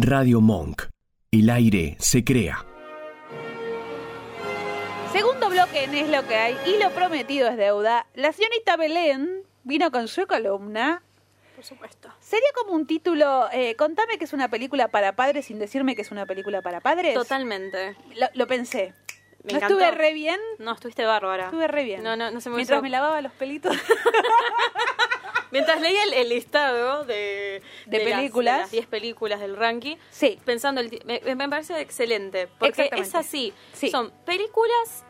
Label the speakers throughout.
Speaker 1: Radio Monk. El aire se crea.
Speaker 2: Segundo bloque en Es lo que hay y lo prometido es deuda. La señorita Belén vino con su columna.
Speaker 3: Por supuesto.
Speaker 2: Sería como un título, eh, contame que es una película para padres sin decirme que es una película para padres.
Speaker 3: Totalmente.
Speaker 2: Lo, lo pensé.
Speaker 3: Me
Speaker 2: no
Speaker 3: encantó.
Speaker 2: estuve re bien,
Speaker 3: No, estuviste bárbara.
Speaker 2: estuve re bien.
Speaker 3: No, no, no se me
Speaker 2: Mientras
Speaker 3: hizo-
Speaker 2: me lavaba los pelitos.
Speaker 3: Mientras leía el, el listado de,
Speaker 2: De
Speaker 3: las-
Speaker 2: películas.
Speaker 3: de las 10 películas del ranking,
Speaker 2: sí.
Speaker 3: pensando, el ti- me, me parece excelente, porque
Speaker 2: Exactamente.
Speaker 3: es así.
Speaker 2: Sí.
Speaker 3: Son películas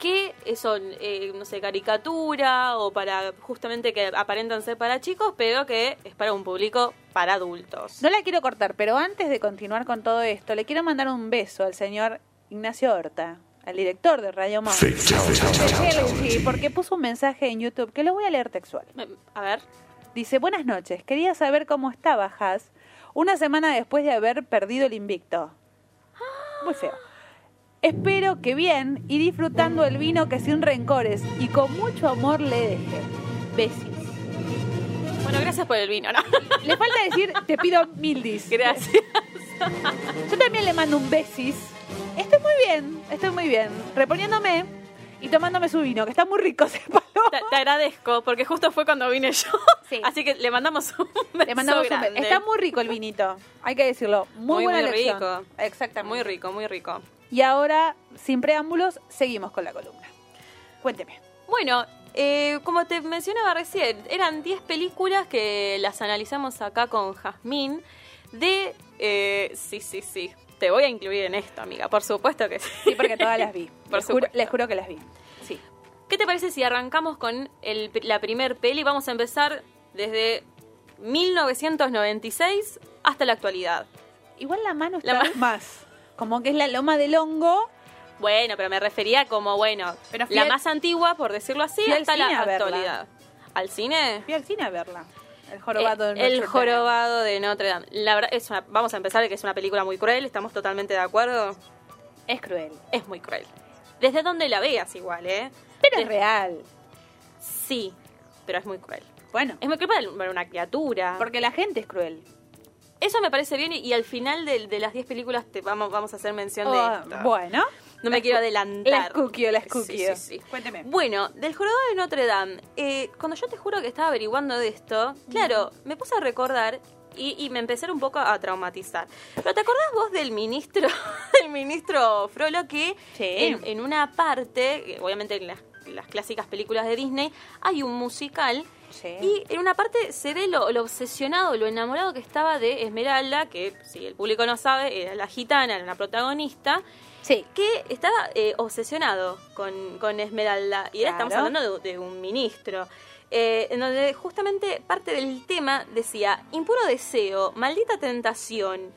Speaker 3: que son, eh, no sé, caricatura o para justamente que aparentan ser para chicos, pero que es para un público para adultos.
Speaker 2: No la quiero cortar, pero antes de continuar con todo esto, le quiero mandar un beso al señor Ignacio Horta, al director de Radio Monk. Sí, porque puso un mensaje en YouTube que lo voy a leer textual.
Speaker 3: Me- A ver,
Speaker 2: Dice, buenas noches, quería saber cómo estaba Haas una semana después de haber perdido el invicto. Muy feo. Espero que bien y disfrutando el vino que sin rencores y con mucho amor le deje. Besis.
Speaker 3: bueno, gracias por el vino, ¿no?
Speaker 2: Le falta decir, te pido mil dis.
Speaker 3: Gracias.
Speaker 2: Yo también le mando un besis. Estoy muy bien, estoy muy bien. Reponiéndome y tomándome su vino, que está muy rico ese palo.
Speaker 3: Te, te agradezco, porque justo fue cuando vine yo.
Speaker 2: Sí.
Speaker 3: Así que le mandamos un beso
Speaker 2: Le mandamos un beso.
Speaker 3: grande.
Speaker 2: Está muy rico el vinito, hay que decirlo. Muy,
Speaker 3: Muy,
Speaker 2: buena
Speaker 3: muy
Speaker 2: elección.
Speaker 3: rico.
Speaker 2: Exactamente.
Speaker 3: Muy rico, muy rico.
Speaker 2: Y ahora, sin preámbulos, seguimos con la columna. Cuénteme.
Speaker 3: Bueno, eh, como te mencionaba recién, eran 10 películas que las analizamos acá con Jazmín de... eh, sí, sí, sí. Te voy a incluir en esto, amiga. Por supuesto que sí.
Speaker 2: Sí, porque todas las vi.
Speaker 3: Por
Speaker 2: les, juro,
Speaker 3: supuesto.
Speaker 2: les juro que las vi. Sí.
Speaker 3: ¿Qué te parece si arrancamos con el- la primer peli? Vamos a empezar desde 1996 hasta la actualidad.
Speaker 2: Igual la mano está
Speaker 3: La ma-
Speaker 2: más. Como que es la loma del hongo.
Speaker 3: Bueno, pero me refería como, bueno,
Speaker 2: Pero fui
Speaker 3: la
Speaker 2: al-
Speaker 3: más antigua, por decirlo así,
Speaker 2: fui al
Speaker 3: hasta
Speaker 2: cine
Speaker 3: la
Speaker 2: a verla.
Speaker 3: actualidad. ¿Al cine?
Speaker 2: Fui al cine a verla. El jorobado
Speaker 3: Eh,
Speaker 2: de Notre
Speaker 3: el
Speaker 2: Dame.
Speaker 3: jorobado de Notre Dame. La verdad, es una- vamos a empezar que es una película muy cruel, estamos totalmente de acuerdo.
Speaker 2: Es cruel.
Speaker 3: Es muy cruel. Desde donde la veas igual, ¿eh?
Speaker 2: Pero es
Speaker 3: Des-
Speaker 2: real.
Speaker 3: Sí, pero es muy cruel.
Speaker 2: Bueno,
Speaker 3: Es muy cruel para- para una criatura.
Speaker 2: porque la gente es cruel.
Speaker 3: Eso me parece bien y, y al final de, de las 10 películas te vamos, vamos a hacer mención
Speaker 2: Oh,
Speaker 3: de esto.
Speaker 2: bueno.
Speaker 3: No me
Speaker 2: La
Speaker 3: quiero
Speaker 2: escu- La
Speaker 3: adelantar.
Speaker 2: escuquio, la escuquio.
Speaker 3: Sí, sí, sí.
Speaker 2: Cuénteme.
Speaker 3: Bueno, del jorobado de Notre Dame, eh, cuando yo te juro que estaba averiguando de esto, claro, me puse a recordar y, y me empecé un poco a traumatizar. Pero ¿te acordás vos del ministro, del ministro Frollo que
Speaker 2: Sí.
Speaker 3: en, en una parte, eh, obviamente en las, las clásicas películas de Disney, hay un musical
Speaker 2: Sí.
Speaker 3: y en una parte se ve lo, lo obsesionado, lo enamorado que estaba de Esmeralda, que si el público no sabe, era la gitana, era una protagonista
Speaker 2: Sí.
Speaker 3: que estaba eh, obsesionado con, con Esmeralda. Y
Speaker 2: Claro.
Speaker 3: ahora estamos hablando de, de un ministro. Eh, en donde justamente parte del tema decía: impuro deseo, maldita tentación.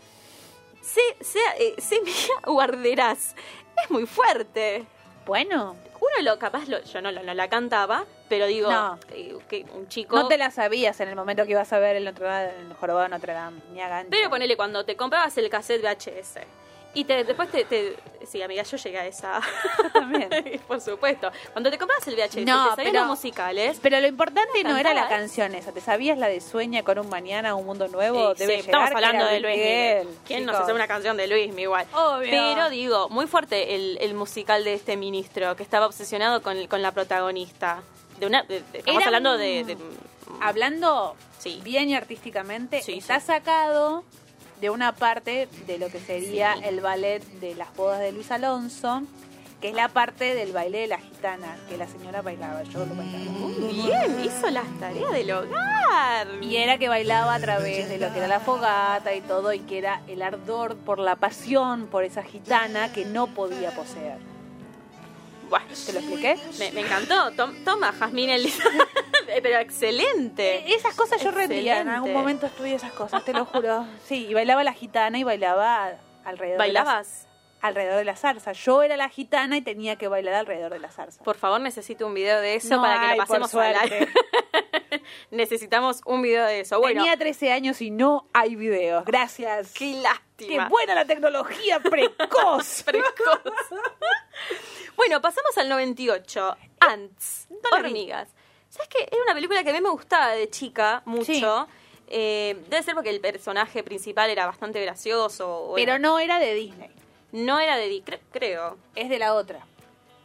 Speaker 3: Se, sea, eh, semilla guarderás. Es muy fuerte.
Speaker 2: Bueno,
Speaker 3: Uno lo capaz, lo- yo no, lo- no la cantaba, pero digo,
Speaker 2: No.
Speaker 3: eh, que un chico.
Speaker 2: no te la sabías en el momento que ibas a ver el, Notre- el jorobado de Notre Dame. Ni a gancho.
Speaker 3: Pero ponele cuando te comprabas el cassette VHS. Y te, después te, te- Sí, amiga, yo llegué a esa.
Speaker 2: También.
Speaker 3: Por supuesto. Cuando te comprabas el VHS,
Speaker 2: No,
Speaker 3: te sabías
Speaker 2: pero-
Speaker 3: los musicales.
Speaker 2: Pero lo importante no era la
Speaker 3: cantabas.
Speaker 2: canción esa. ¿Te sabías la de Sueña con un mañana, un mundo nuevo?
Speaker 3: Eh, Sí,
Speaker 2: Debe
Speaker 3: sí,
Speaker 2: llegar,
Speaker 3: estamos hablando
Speaker 2: que
Speaker 3: de
Speaker 2: era
Speaker 3: Luis Miguel. ¿Quién no se
Speaker 2: chicos.
Speaker 3: sabe una canción de Luis igual?
Speaker 2: Obvio.
Speaker 3: Pero digo, muy fuerte el, el musical de este ministro que estaba obsesionado con, con la protagonista. De una, de- de- estamos
Speaker 2: Era
Speaker 3: hablando
Speaker 2: un-
Speaker 3: de, de-
Speaker 2: Hablando
Speaker 3: Sí.
Speaker 2: bien y artísticamente,
Speaker 3: Sí,
Speaker 2: está
Speaker 3: sí.
Speaker 2: sacado de una parte de lo que sería
Speaker 3: Sí.
Speaker 2: el ballet de las bodas de Luis Alonso, que es la parte del baile de la gitana, que la señora bailaba, yo lo bailaba.
Speaker 3: Muy bien, hizo las tareas del hogar.
Speaker 2: Y era que bailaba a través de lo que era la fogata y todo, y que era el ardor por la pasión por esa gitana que no podía poseer.
Speaker 3: Bueno,
Speaker 2: ¿Te lo expliqué?
Speaker 3: este me, me encantó. Tom- toma, Jazmín el Eh, Pero excelente.
Speaker 2: Eh, Esas cosas yo rendía. En
Speaker 3: Excelente.
Speaker 2: algún momento estudié esas cosas, te lo juro. Sí, y bailaba la gitana y bailaba alrededor. De
Speaker 3: ¿Bailabas?
Speaker 2: la, alrededor de la zarza. Yo era la gitana y tenía que bailar alrededor de la zarza.
Speaker 3: Por favor, necesito un video de eso
Speaker 2: No
Speaker 3: para que
Speaker 2: hay,
Speaker 3: lo
Speaker 2: por
Speaker 3: pasemos al
Speaker 2: suerte.
Speaker 3: aire. Necesitamos un video de eso. Bueno,
Speaker 2: Tenía 13 años y no hay videos. Gracias.
Speaker 3: qué
Speaker 2: Qué
Speaker 3: lástima.
Speaker 2: buena la tecnología precoz.
Speaker 3: Precoz. bueno, pasamos al 98. Ants,
Speaker 2: Eh, no la vi.
Speaker 3: hormigas. ¿Sabes qué? Era una película que a mí me gustaba de chica mucho. Eh, debe ser porque el personaje principal era bastante gracioso. o
Speaker 2: Pero
Speaker 3: era-
Speaker 2: no era de Disney,
Speaker 3: no era de Di- cre- creo.
Speaker 2: es de la otra.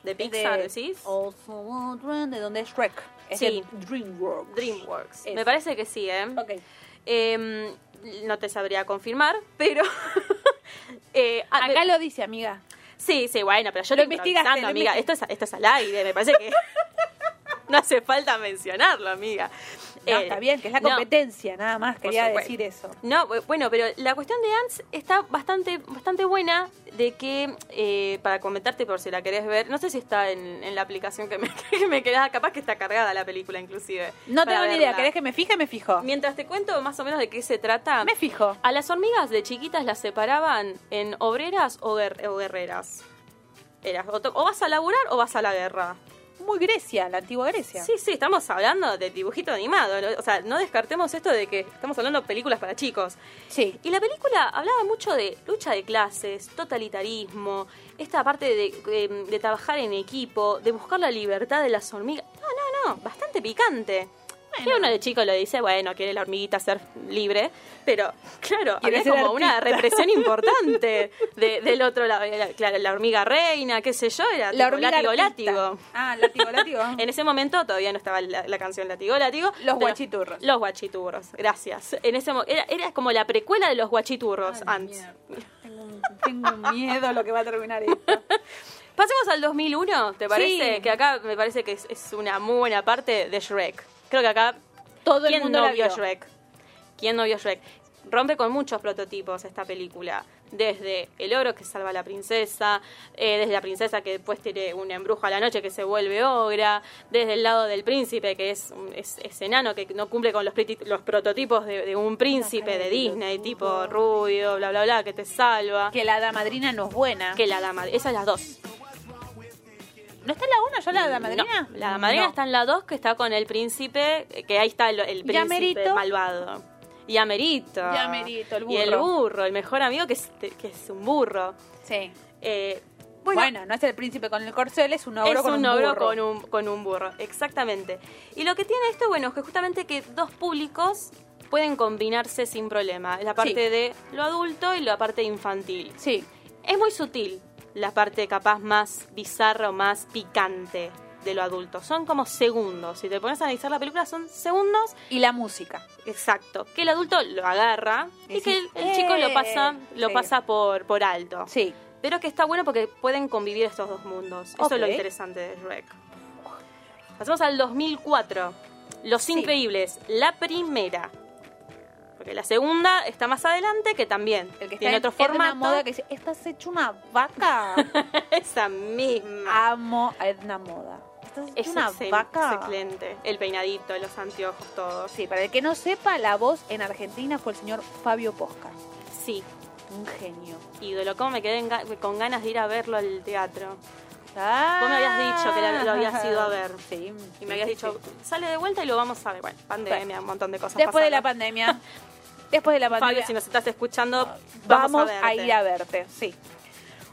Speaker 3: De
Speaker 2: Es
Speaker 3: Pixar,
Speaker 2: de,
Speaker 3: ¿decís?
Speaker 2: All Children, de donde es Shrek. Es
Speaker 3: Sí.
Speaker 2: de DreamWorks.
Speaker 3: DreamWorks.
Speaker 2: Ese.
Speaker 3: Me parece que sí, ¿eh?
Speaker 2: Ok.
Speaker 3: Em, no te sabría confirmar, pero... eh, a-
Speaker 2: Acá lo dice, amiga.
Speaker 3: Sí, sí, bueno, pero yo
Speaker 2: Lo
Speaker 3: lo
Speaker 2: investigaste,
Speaker 3: investigando,
Speaker 2: lo
Speaker 3: amiga. Esto es, esto es al aire, me parece que... no hace falta mencionarlo, amiga.
Speaker 2: No,
Speaker 3: Eh,
Speaker 2: está bien, que es la
Speaker 3: no.
Speaker 2: competencia, nada más. Quería
Speaker 3: supuesto.
Speaker 2: decir eso.
Speaker 3: No, bu- bueno, pero la cuestión de Ants está bastante, bastante buena de que, eh, para comentarte por si la querés ver, no sé si está en, en la aplicación que me, que me quedás, capaz que está cargada la película inclusive.
Speaker 2: No
Speaker 3: para
Speaker 2: tengo ni
Speaker 3: verla.
Speaker 2: idea. ¿Querés que me fije? Me fijo.
Speaker 3: Mientras te cuento más o menos de qué se trata,
Speaker 2: Me fijo.
Speaker 3: a las hormigas de chiquitas las separaban en obreras o, guer- o guerreras. Eras, o, to- o vas a laburar o vas a la guerra.
Speaker 2: Muy Grecia, la antigua Grecia.
Speaker 3: Sí, sí, estamos hablando de dibujito animado. ¿no? O sea, no descartemos esto de que estamos hablando de películas para chicos.
Speaker 2: Sí.
Speaker 3: Y la película hablaba mucho de lucha de clases, totalitarismo, esta parte de, eh, de- de trabajar en equipo, de buscar la libertad de las hormigas. No, no, no, bastante picante. Que uno de chico le dice, bueno, quiere la hormiguita ser libre, pero claro,
Speaker 2: Quiere
Speaker 3: había
Speaker 2: ser
Speaker 3: como una
Speaker 2: artista.
Speaker 3: represión importante de- del otro lado. Era, claro, la hormiga reina, qué sé yo, era tipo látigo,
Speaker 2: artista.
Speaker 3: látigo.
Speaker 2: Ah, látigo, látigo.
Speaker 3: En ese momento todavía no estaba la, la canción Latigo Latigo. pero-
Speaker 2: guachiturros.
Speaker 3: Los guachiturros, gracias. En ese mo- era, era como la precuela de los guachiturros antes.
Speaker 2: Tengo, un- tengo un miedo a lo que va a terminar esto.
Speaker 3: Pasemos al 2001, ¿te parece?
Speaker 2: Sí.
Speaker 3: Que acá me parece que es, es una muy buena parte de Shrek. Creo que acá...
Speaker 2: Todo el
Speaker 3: ¿quién
Speaker 2: mundo
Speaker 3: no
Speaker 2: la vio?
Speaker 3: Shrek? ¿Quién no vio Shrek? Rompe con muchos prototipos esta película. Desde el ogro que salva a la princesa, eh, desde la princesa que después tiene un embrujo a la noche que se vuelve ogra, desde el lado del príncipe que es, un- es, es enano que no cumple con los, priti- los prototipos de, de un príncipe de Disney, tipo rubio, bla, bla, bla, que te salva.
Speaker 2: Que la damadrina no es buena.
Speaker 3: Que la dama, esas las dos.
Speaker 2: ¿No está en la 1 ya la damadrina?
Speaker 3: No, la madrina está en la 2 que está con el príncipe, eh, que ahí está el, el príncipe
Speaker 2: Yamerito.
Speaker 3: malvado. Y Amerito.
Speaker 2: Yamerito, el
Speaker 3: Y el
Speaker 2: burro.
Speaker 3: burro, el mejor amigo que es, que es un burro.
Speaker 2: Sí.
Speaker 3: Eh,
Speaker 2: Bueno,
Speaker 3: bueno,
Speaker 2: no es el príncipe con el corcel, es un ogro
Speaker 3: es
Speaker 2: con
Speaker 3: un,
Speaker 2: un
Speaker 3: ogro
Speaker 2: burro.
Speaker 3: Con, un, con un burro, exactamente. Y lo que tiene esto, bueno, es que justamente que dos públicos pueden combinarse sin problema. La parte
Speaker 2: Sí.
Speaker 3: de lo adulto y la parte infantil.
Speaker 2: Sí.
Speaker 3: Es muy sutil la parte capaz más bizarra o más picante de lo adulto. Son como segundos. Si te pones a analizar la película, son segundos.
Speaker 2: Y la música.
Speaker 3: Exacto. Que el adulto lo agarra y,
Speaker 2: Y
Speaker 3: que el,
Speaker 2: sí.
Speaker 3: el chico lo pasa, lo
Speaker 2: "Eh, Sí.
Speaker 3: pasa por, por alto.
Speaker 2: Sí.
Speaker 3: Pero que está bueno porque pueden convivir estos dos mundos. Eso es lo
Speaker 2: Ok.
Speaker 3: interesante de Shrek. Pasamos al 2004. Los
Speaker 2: Sí.
Speaker 3: Increíbles. La primera. Porque la segunda está más adelante, que también
Speaker 2: El que está
Speaker 3: tiene
Speaker 2: en,
Speaker 3: otro
Speaker 2: es de
Speaker 3: formato.
Speaker 2: una moda que dice, ¿estás hecho una vaca?
Speaker 3: Esa
Speaker 2: Ah,
Speaker 3: misma.
Speaker 2: Amo a Edna Moda. ¿Estás hecho
Speaker 3: es
Speaker 2: una
Speaker 3: excel-
Speaker 2: vaca?
Speaker 3: excelente. El peinadito, los anteojos, todo.
Speaker 2: Sí, para el que no sepa, la voz en Argentina fue el señor Fabio Posca.
Speaker 3: Sí,
Speaker 2: Un genio.
Speaker 3: ídolo. ¿Cómo me quedé en ga- con ganas de ir a verlo al teatro?
Speaker 2: Ah.
Speaker 3: Vos me habías dicho que la- lo habías ido a ver.
Speaker 2: Sí.
Speaker 3: Y me habías
Speaker 2: sí,
Speaker 3: dicho,
Speaker 2: sí.
Speaker 3: sale de vuelta y lo vamos a ver. Bueno, pandemia, un montón de cosas.
Speaker 2: Después de la
Speaker 3: pasaron.
Speaker 2: pandemia. Después de la pandemia.
Speaker 3: Fabio, si nos estás escuchando, vamos,
Speaker 2: vamos
Speaker 3: a,
Speaker 2: a,
Speaker 3: verte.
Speaker 2: ir a verte. Sí.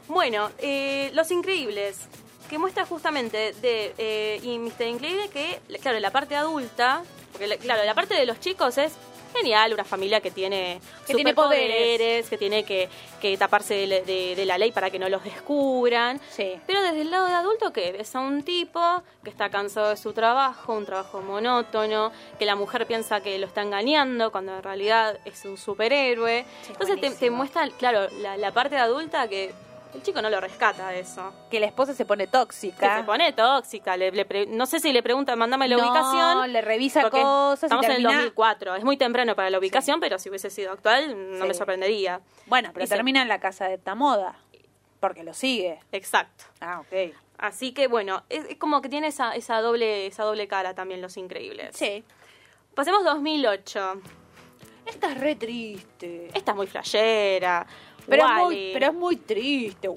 Speaker 3: Bueno, eh, Los Increíbles, que muestra justamente de eh, y Mr. Increíble que, claro, la parte adulta, porque la- claro, la parte de los chicos es genial, una familia que tiene
Speaker 2: Que tiene poderes.
Speaker 3: superpoderes, que tiene que, que taparse de, la- de- de la ley para que no los descubran.
Speaker 2: Sí.
Speaker 3: Pero desde el lado de adulto, que ves a un tipo que está cansado de su trabajo, un trabajo monótono, que la mujer piensa que lo está engañando cuando en realidad es un superhéroe.
Speaker 2: Sí,
Speaker 3: Entonces te, te
Speaker 2: buenísimo.
Speaker 3: muestra, claro, la, la parte de adulta que el chico no lo rescata de eso.
Speaker 2: Que la esposa se pone
Speaker 3: Que
Speaker 2: tóxica.
Speaker 3: se pone tóxica, le- le pre- no sé si le pregunta, mándame la
Speaker 2: No,
Speaker 3: ubicación.
Speaker 2: le revisa
Speaker 3: porque
Speaker 2: cosas. y
Speaker 3: estamos en el
Speaker 2: termina-
Speaker 3: 2004, es muy temprano para la ubicación, pero si hubiese sido actual no
Speaker 2: Sí.
Speaker 3: me sorprendería.
Speaker 2: Bueno, pero
Speaker 3: Y se-
Speaker 2: termina en la casa de esta moda. Porque lo sigue.
Speaker 3: Exacto.
Speaker 2: Ah, ok.
Speaker 3: Así que bueno, es, es como que tiene esa, esa, doble, esa doble cara también Los Increíbles.
Speaker 2: Sí.
Speaker 3: Pasemos 2008.
Speaker 2: Esta es re triste.
Speaker 3: Esta es muy flashera.
Speaker 2: Pero, es
Speaker 3: Wall-E.
Speaker 2: muy, pero es muy triste.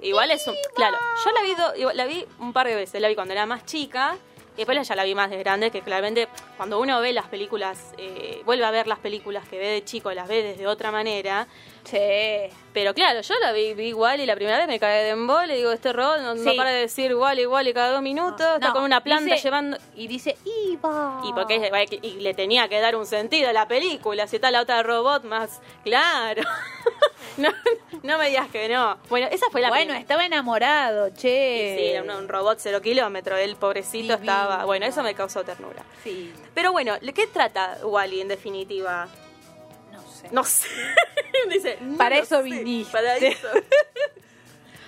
Speaker 3: Igual es un... Claro, yo la vi, do- igual- la vi un par de veces. La vi cuando era más chica. después ya la vi más de grande, que claramente cuando uno ve las películas, eh, vuelve a ver las películas que ve de chico, las ve desde otra manera.
Speaker 2: Che.
Speaker 3: Pero claro, yo la vi, vi igual y la primera vez me caí de embol y digo, este robot no, no
Speaker 2: Sí.
Speaker 3: para de decir igual, igual y cada dos minutos,
Speaker 2: No,
Speaker 3: está con una planta
Speaker 2: dice-
Speaker 3: llevando...
Speaker 2: Y dice, Iva.
Speaker 3: Y porque ella- y le tenía que dar un sentido a la película, si está la otra robot más claro. no, no me digas que no. Bueno, esa fue la
Speaker 2: Bueno,
Speaker 3: primera.
Speaker 2: estaba enamorado, che.
Speaker 3: Sí, era un, un robot cero kilómetro, el pobrecito
Speaker 2: Eh, Divino.
Speaker 3: estaba. Bueno, eso me causó ternura.
Speaker 2: Sí,
Speaker 3: Pero bueno, ¿de qué trata Wally en definitiva?
Speaker 2: no sé.
Speaker 3: No sé. Dice, no
Speaker 2: Para
Speaker 3: lo
Speaker 2: eso
Speaker 3: sé,
Speaker 2: viniste.
Speaker 3: Para eso.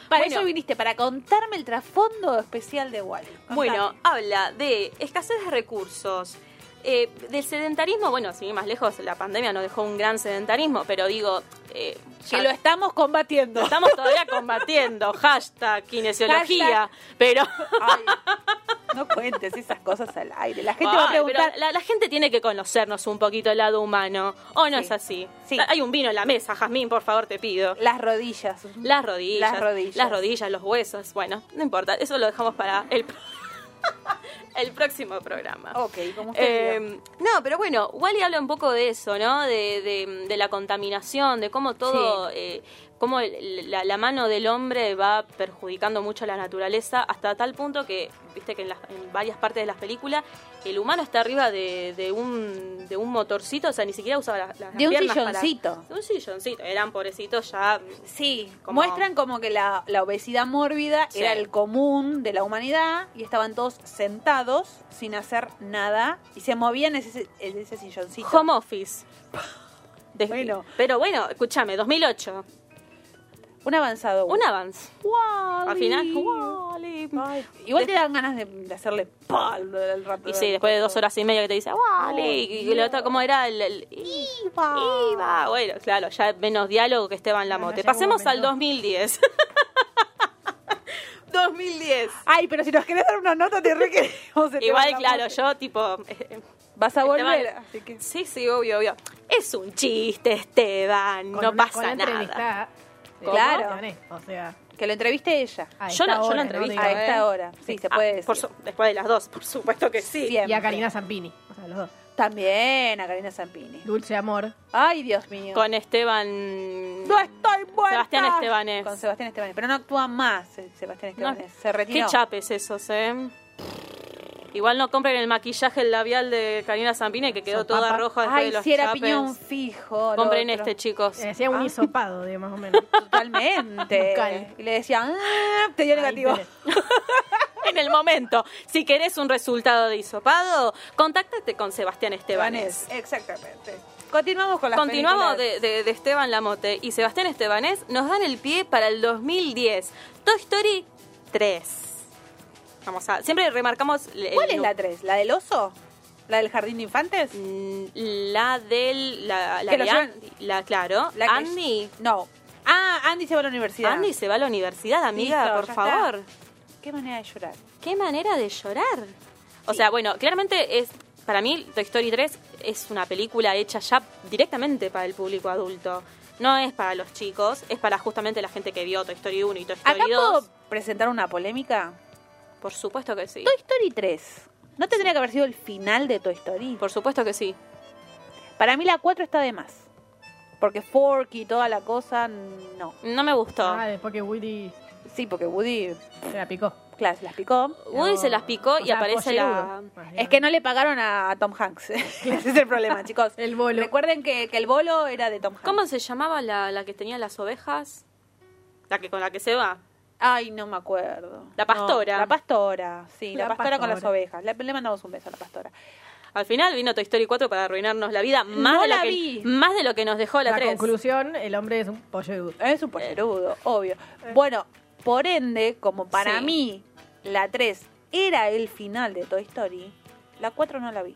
Speaker 2: para
Speaker 3: bueno.
Speaker 2: eso viniste, para contarme el trasfondo especial de Wally. Contame.
Speaker 3: Bueno, habla de escasez de recursos, eh, del sedentarismo. Bueno, sin ir más lejos, la pandemia nos dejó un gran sedentarismo, pero digo. eh,
Speaker 2: que
Speaker 3: ya-
Speaker 2: lo estamos combatiendo.
Speaker 3: lo estamos todavía combatiendo. Hashtag kinesiología. Pero.
Speaker 2: Ay, no cuentes esas cosas al aire. La gente
Speaker 3: Ay,
Speaker 2: va a
Speaker 3: pero
Speaker 2: preguntar.
Speaker 3: la, la gente tiene que conocernos un poquito el lado humano. ¿O no
Speaker 2: Sí.
Speaker 3: es así? Ah,
Speaker 2: Sí.
Speaker 3: Hay un vino en la mesa, Jazmín, por favor, te pido.
Speaker 2: Las rodillas.
Speaker 3: Las rodillas.
Speaker 2: Las rodillas.
Speaker 3: Las rodillas, los huesos. Bueno, no importa. Eso lo dejamos para el, el próximo programa.
Speaker 2: Ok, como usted
Speaker 3: Eh,
Speaker 2: diga.
Speaker 3: no, pero bueno, Wally habla un poco de eso, ¿no? De, de- de la contaminación, de cómo todo, eh, cómo el- la, la mano del hombre va perjudicando mucho a la naturaleza hasta tal punto que, viste que en, las- en varias partes de las películas el humano está arriba de, de un, de un motorcito, o sea, ni siquiera usaba las, las
Speaker 2: De un
Speaker 3: piernas para-
Speaker 2: silloncito.
Speaker 3: de un silloncito, eran pobrecitos ya...
Speaker 2: Sí,
Speaker 3: como-
Speaker 2: muestran como que la, la obesidad mórbida
Speaker 3: Sí.
Speaker 2: era el común de la humanidad y estaban todos sentados sin hacer nada y se movían en ese, en ese silloncito.
Speaker 3: Home office. De-
Speaker 2: Bueno.
Speaker 3: Pero bueno, escúchame, 2008,
Speaker 2: Un avanzado.
Speaker 3: un avance.
Speaker 2: Wall-E.
Speaker 3: Al final,
Speaker 2: Ay, Igual
Speaker 3: De-
Speaker 2: te dan ganas de, de hacerle pal al rato.
Speaker 3: Y sí, después de dos horas y media que te dice, ¡Wally! y lo otro, ¿cómo era? El, el-
Speaker 2: Iba.
Speaker 3: Iba. Bueno, claro, ya menos diálogo que Esteban Lamote.
Speaker 2: Bueno, ya
Speaker 3: Pasemos
Speaker 2: hubo
Speaker 3: al
Speaker 2: menos.
Speaker 3: 2010. 2010.
Speaker 2: Ay, pero si nos querés dar una nota, te re queremos. Esteban
Speaker 3: Igual,
Speaker 2: Lamote.
Speaker 3: claro, yo tipo... eh,
Speaker 2: Vas a
Speaker 3: Esteban-
Speaker 2: volver. así que-
Speaker 3: Sí, sí, obvio, obvio. Es un chiste, Esteban, no pasa nada.
Speaker 2: Claro.
Speaker 4: Claro. eh, O sea,
Speaker 2: Que lo entreviste ella.
Speaker 4: a
Speaker 3: Yo
Speaker 4: esta
Speaker 3: no- yo no
Speaker 4: hora,
Speaker 3: entrevisto, ¿eh?
Speaker 4: Digo,
Speaker 2: a esta hora. Sí, se
Speaker 3: Ah,
Speaker 2: puede decir.
Speaker 3: por su- después de las dos, por supuesto que sí.
Speaker 2: Siempre.
Speaker 4: Y a Karina Zampini. O sea, los dos.
Speaker 2: También a Karina Zampini.
Speaker 4: Dulce amor. Eh,
Speaker 2: Ay, Dios mío.
Speaker 3: Con Esteban...
Speaker 2: No estoy muerta.
Speaker 3: Sebastián Estebanés.
Speaker 2: Con Sebastián Estebanés. Pero no actúa más eh, Sebastián
Speaker 3: No,
Speaker 2: Estebanés. se retiró.
Speaker 3: Qué chapes esos, ¿eh? Igual no compren el maquillaje, el labial de Karina Zampini que quedó
Speaker 4: Sopapa.
Speaker 3: toda roja después
Speaker 2: Ay,
Speaker 3: de los
Speaker 2: si era
Speaker 3: chapes.
Speaker 2: piñón fijo. lo
Speaker 3: compren
Speaker 2: otro.
Speaker 3: este, chicos.
Speaker 4: Le decía
Speaker 2: Ah.
Speaker 4: un hisopado, de más o menos.
Speaker 2: Totalmente.
Speaker 4: Bucal.
Speaker 2: y le decían, "Ah", te dio negativo.
Speaker 4: Ay,
Speaker 3: en el momento. Si querés un resultado de hisopado, contáctate con Sebastián Estebanés.
Speaker 2: Estebanés. Exactamente. Continuamos con las
Speaker 3: Continuamos
Speaker 2: películas.
Speaker 3: de, de- de Esteban Lamote y Sebastián Estebanés nos dan el pie para el 2010. Toy Story 3. Vamos a... Siempre remarcamos... el-
Speaker 2: ¿Cuál
Speaker 3: el
Speaker 2: es la 3? ¿La del oso? ¿La del jardín de infantes?
Speaker 3: Mm, La del... La, la
Speaker 2: Que
Speaker 3: de
Speaker 2: lo
Speaker 3: An-
Speaker 2: llevan-
Speaker 3: la- claro.
Speaker 2: La que-
Speaker 3: Andy.
Speaker 2: No. Ah, Andy se va a la universidad.
Speaker 3: Andy se va a la universidad, amiga,
Speaker 2: Listo,
Speaker 3: por
Speaker 2: ya
Speaker 3: favor.
Speaker 2: Qué manera de llorar.
Speaker 3: Qué manera de llorar. O
Speaker 2: Sí.
Speaker 3: sea, bueno, claramente es para mí Toy Story 3 es una película hecha ya directamente para el público adulto. No es para los chicos, es para justamente la gente que vio Toy Story 1 y Toy Story
Speaker 2: ¿Acá
Speaker 3: 2.
Speaker 2: puedo presentar una polémica?
Speaker 3: Por supuesto que sí.
Speaker 2: Toy Story 3. ¿No tendría que haber sido el final de Toy Story?
Speaker 3: Por supuesto que sí.
Speaker 2: Para mí la 4 está de más. Porque Forky y toda la cosa, no.
Speaker 3: No me gustó.
Speaker 4: Ah, después que Woody
Speaker 2: Sí, porque Woody,
Speaker 4: se la picó.
Speaker 2: claro, se las picó.
Speaker 3: Woody se las picó
Speaker 4: O
Speaker 3: y
Speaker 4: sea,
Speaker 3: aparece la...
Speaker 4: pollerudo, más bien.
Speaker 2: Es que no le pagaron a Tom Hanks. Ese es el problema, chicos.
Speaker 4: El bolo.
Speaker 2: Recuerden que, que el bolo era de Tom Hanks.
Speaker 3: ¿Cómo se llamaba la, la que tenía las ovejas? La que con la que se va.
Speaker 2: Ay, no me acuerdo.
Speaker 3: La pastora.
Speaker 2: No, la pastora, sí, la,
Speaker 4: La
Speaker 2: pastora, con las
Speaker 4: pastora.
Speaker 2: ovejas. Le, le mandamos un beso a la pastora.
Speaker 3: Al final vino Toy Story 4 para arruinarnos la vida más,
Speaker 2: No
Speaker 3: de, lo
Speaker 2: la
Speaker 3: que,
Speaker 2: vi.
Speaker 3: más de lo que nos dejó la,
Speaker 4: La
Speaker 3: 3.
Speaker 4: conclusión, el hombre es un pollerudo.
Speaker 2: Es un pollerudo, obvio. Bueno, por ende, como para
Speaker 3: Eh. Sí.
Speaker 2: mí la 3 era el final de Toy Story, la 4 no la vi.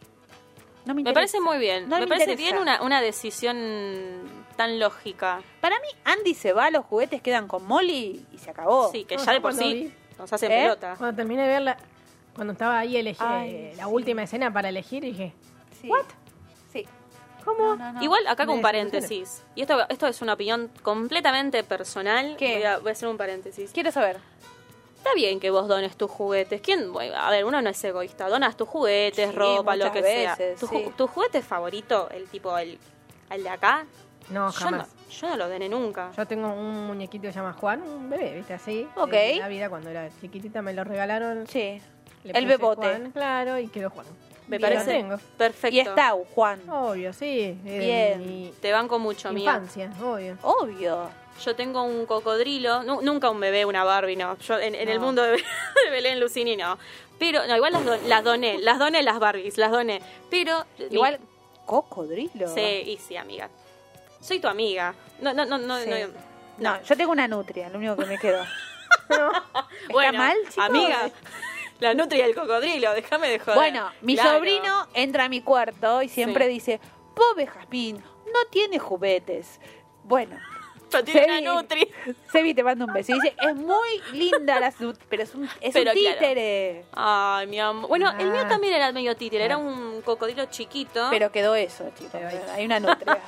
Speaker 2: No me,
Speaker 3: Me
Speaker 2: interesa.
Speaker 3: parece muy bien.
Speaker 2: No
Speaker 3: me, parece
Speaker 2: interesa.
Speaker 3: bien una, una decisión tan lógica.
Speaker 2: Para mí, Andy se va, los juguetes quedan con Molly y se acabó.
Speaker 3: Sí, que
Speaker 4: No,
Speaker 3: ya
Speaker 4: yo
Speaker 3: de por
Speaker 4: cuando
Speaker 3: sí nos hacen
Speaker 2: ¿Eh?
Speaker 3: pelota.
Speaker 4: Cuando terminé de verla, cuando estaba ahí elegí,
Speaker 2: Ay,
Speaker 4: eh, la
Speaker 2: sí.
Speaker 4: última escena para elegir, dije,
Speaker 2: Sí.
Speaker 4: ¿What?
Speaker 2: Sí. No,
Speaker 4: ¿cómo?
Speaker 2: no, no.
Speaker 3: Igual acá con
Speaker 4: Me
Speaker 3: paréntesis. Y esto, esto es una opinión completamente personal.
Speaker 2: ¿Qué?
Speaker 3: Voy a, voy a hacer un paréntesis.
Speaker 2: Quiero saber.
Speaker 3: Está bien que vos dones tus juguetes. ¿Quién? bueno, A ver, uno no es egoísta. Donas tus juguetes,
Speaker 2: Sí,
Speaker 3: ropa, lo que
Speaker 2: muchas
Speaker 3: sea.
Speaker 2: veces,
Speaker 3: Tu, ju-
Speaker 2: sí.
Speaker 3: tu juguete favorito, el tipo, el, el de acá,
Speaker 4: No,
Speaker 3: yo, no,
Speaker 4: jamás.
Speaker 3: yo no lo doné nunca.
Speaker 4: Yo tengo un muñequito que se llama Juan, un bebé, ¿viste? Así.
Speaker 2: Ok.
Speaker 4: De la vida cuando era chiquitita me lo regalaron.
Speaker 2: Sí.
Speaker 4: le
Speaker 2: el
Speaker 4: puse
Speaker 2: bebote.
Speaker 4: Juan, claro, y quedó Juan.
Speaker 3: Me
Speaker 4: Y lo
Speaker 3: parece
Speaker 4: tengo.
Speaker 3: perfecto. Oh.
Speaker 2: Y está Juan.
Speaker 4: Obvio, sí. de
Speaker 2: Bien.
Speaker 4: mi
Speaker 3: Te banco mucho, mía.
Speaker 4: infancia, obvio.
Speaker 2: Obvio.
Speaker 3: Yo tengo un cocodrilo, nu- nunca un bebé, una Barbie, no. Yo en, en el
Speaker 4: No.
Speaker 3: mundo de, de Belén Lucini, no. Pero, no, igual las, do- las doné, las doné las Barbies, las doné. Pero,
Speaker 2: Igual, cocodrilo.
Speaker 3: Sí, y sí, amiga. Soy tu amiga. No, no, no, no.
Speaker 2: Sí.
Speaker 3: no.
Speaker 2: No, yo tengo una nutria, lo único que me quedó. ¿Está
Speaker 3: Bueno,
Speaker 2: mal, chicos?
Speaker 3: Amiga, la nutria y el cocodrilo, déjame de joder.
Speaker 2: Bueno, mi
Speaker 3: Claro.
Speaker 2: sobrino entra a mi cuarto y siempre
Speaker 3: Sí.
Speaker 2: dice, pobre Jazmín, no tiene juguetes. Bueno,
Speaker 3: Yo tiene
Speaker 2: Sebi-
Speaker 3: una nutria.
Speaker 2: Sebi te manda un beso y dice, es muy linda la nut- pero es un, es
Speaker 3: Pero
Speaker 2: un
Speaker 3: claro.
Speaker 2: títere.
Speaker 3: Ay, mi amor. Ah. Bueno, el mío
Speaker 4: Ah.
Speaker 3: también era medio títere, era un cocodrilo chiquito.
Speaker 2: Pero quedó eso, chicos.
Speaker 4: Pero ahí-
Speaker 2: Hay una nutria.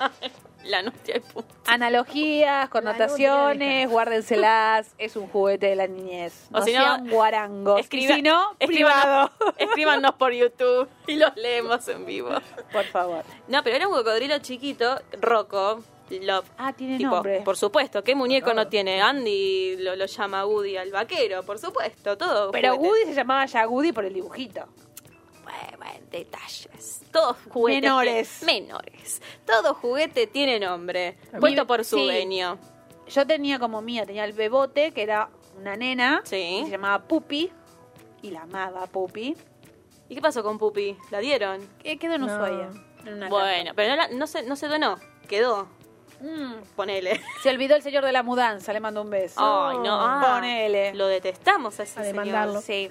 Speaker 3: La nutria y punto.
Speaker 2: Analogías, connotaciones,
Speaker 4: nutria.
Speaker 2: guárdenselas. Es un juguete de la niñez.
Speaker 3: O
Speaker 2: No
Speaker 3: si no,
Speaker 2: sean guarangos.
Speaker 3: Escriba-
Speaker 2: Y si no,
Speaker 3: escríbanos-
Speaker 2: privado.
Speaker 3: escríbanos por YouTube y los leemos en vivo.
Speaker 2: Por favor.
Speaker 3: No, pero era un cocodrilo chiquito, roco, love.
Speaker 2: Ah, tiene
Speaker 3: Tipo,
Speaker 2: nombre.
Speaker 3: por supuesto, ¿qué muñeco no
Speaker 4: Todo.
Speaker 3: tiene? Andy lo, lo llama Woody al vaquero, por supuesto, todo.
Speaker 2: Pero
Speaker 3: juguete.
Speaker 2: Woody se llamaba ya Woody por el dibujito.
Speaker 3: Bueno, bueno, detalles. Todos juguetes.
Speaker 2: Menores.
Speaker 3: tienen- menores. Todo juguete tiene nombre. Puesto por su
Speaker 2: Sí.
Speaker 3: dueño.
Speaker 2: Yo tenía como mía, tenía el bebote, que era una nena.
Speaker 3: Sí.
Speaker 2: que Se llamaba Pupi. Y la amaba Pupi.
Speaker 3: ¿Y qué pasó con Pupi? ¿La dieron?
Speaker 2: Que quedó en
Speaker 4: No.
Speaker 2: Ushuaia.
Speaker 4: eh?
Speaker 2: en una
Speaker 3: bueno, pero no, la- no se, no se donó. Quedó.
Speaker 2: casa. Mm,
Speaker 3: Ponele.
Speaker 2: se olvidó el señor de la mudanza, le mando un beso.
Speaker 3: Ay, no. ah,
Speaker 2: Ponele.
Speaker 3: Lo detestamos a ese
Speaker 4: A
Speaker 3: señor.
Speaker 4: demandarlo.
Speaker 2: Sí.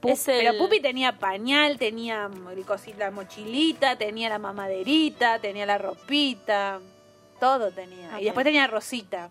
Speaker 2: Pu-
Speaker 3: Es el-
Speaker 2: Pero Pupi tenía pañal, tenía cosita, la mochilita, tenía la mamaderita, tenía la ropita, todo tenía.
Speaker 3: Ok.
Speaker 2: Y después tenía Rosita.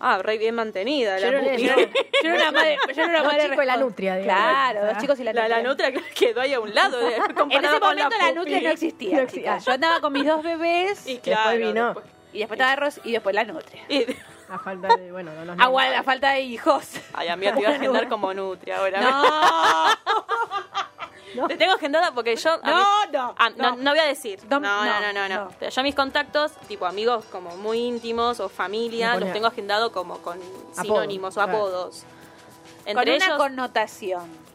Speaker 3: Ah, re bien mantenida
Speaker 4: Yo
Speaker 3: la
Speaker 4: no le-
Speaker 3: Pupi.
Speaker 4: yo no-
Speaker 2: Yo era una madre, yo era una
Speaker 4: Dos
Speaker 2: madre
Speaker 4: chicos y la
Speaker 2: respons-
Speaker 4: nutria, digamos.
Speaker 2: Claro,
Speaker 4: O sea,
Speaker 2: dos chicos y la
Speaker 3: La,
Speaker 2: nutria.
Speaker 3: la nutria creo que quedó ahí a un lado. de-
Speaker 2: En
Speaker 3: comparado
Speaker 2: ese
Speaker 3: con
Speaker 2: momento la,
Speaker 3: Pupi.
Speaker 2: nutria no existía.
Speaker 4: No existía.
Speaker 2: chicos. Yo andaba con mis dos bebés
Speaker 3: Y
Speaker 2: y,
Speaker 3: claro.
Speaker 4: vino.
Speaker 3: después-
Speaker 2: después estaba Ros y después la nutria.
Speaker 3: y-
Speaker 4: A falta de, bueno, no los
Speaker 2: Agua la falta de hijos.
Speaker 3: Ay, amiga, te iba a agendar como nutria ahora.
Speaker 2: No,
Speaker 3: Te tengo agendada porque yo. a mí-
Speaker 2: no, no.
Speaker 3: Ah, no, no voy a decir. No,
Speaker 2: No,
Speaker 3: no, no,
Speaker 2: no,
Speaker 3: no. no.
Speaker 2: no.
Speaker 3: Pero yo mis contactos, tipo amigos como muy íntimos o familia,
Speaker 4: Me pone-
Speaker 3: los tengo agendado como con sinónimos o
Speaker 4: claro.
Speaker 3: apodos. Entre
Speaker 2: con
Speaker 3: ellos,
Speaker 2: una connotación.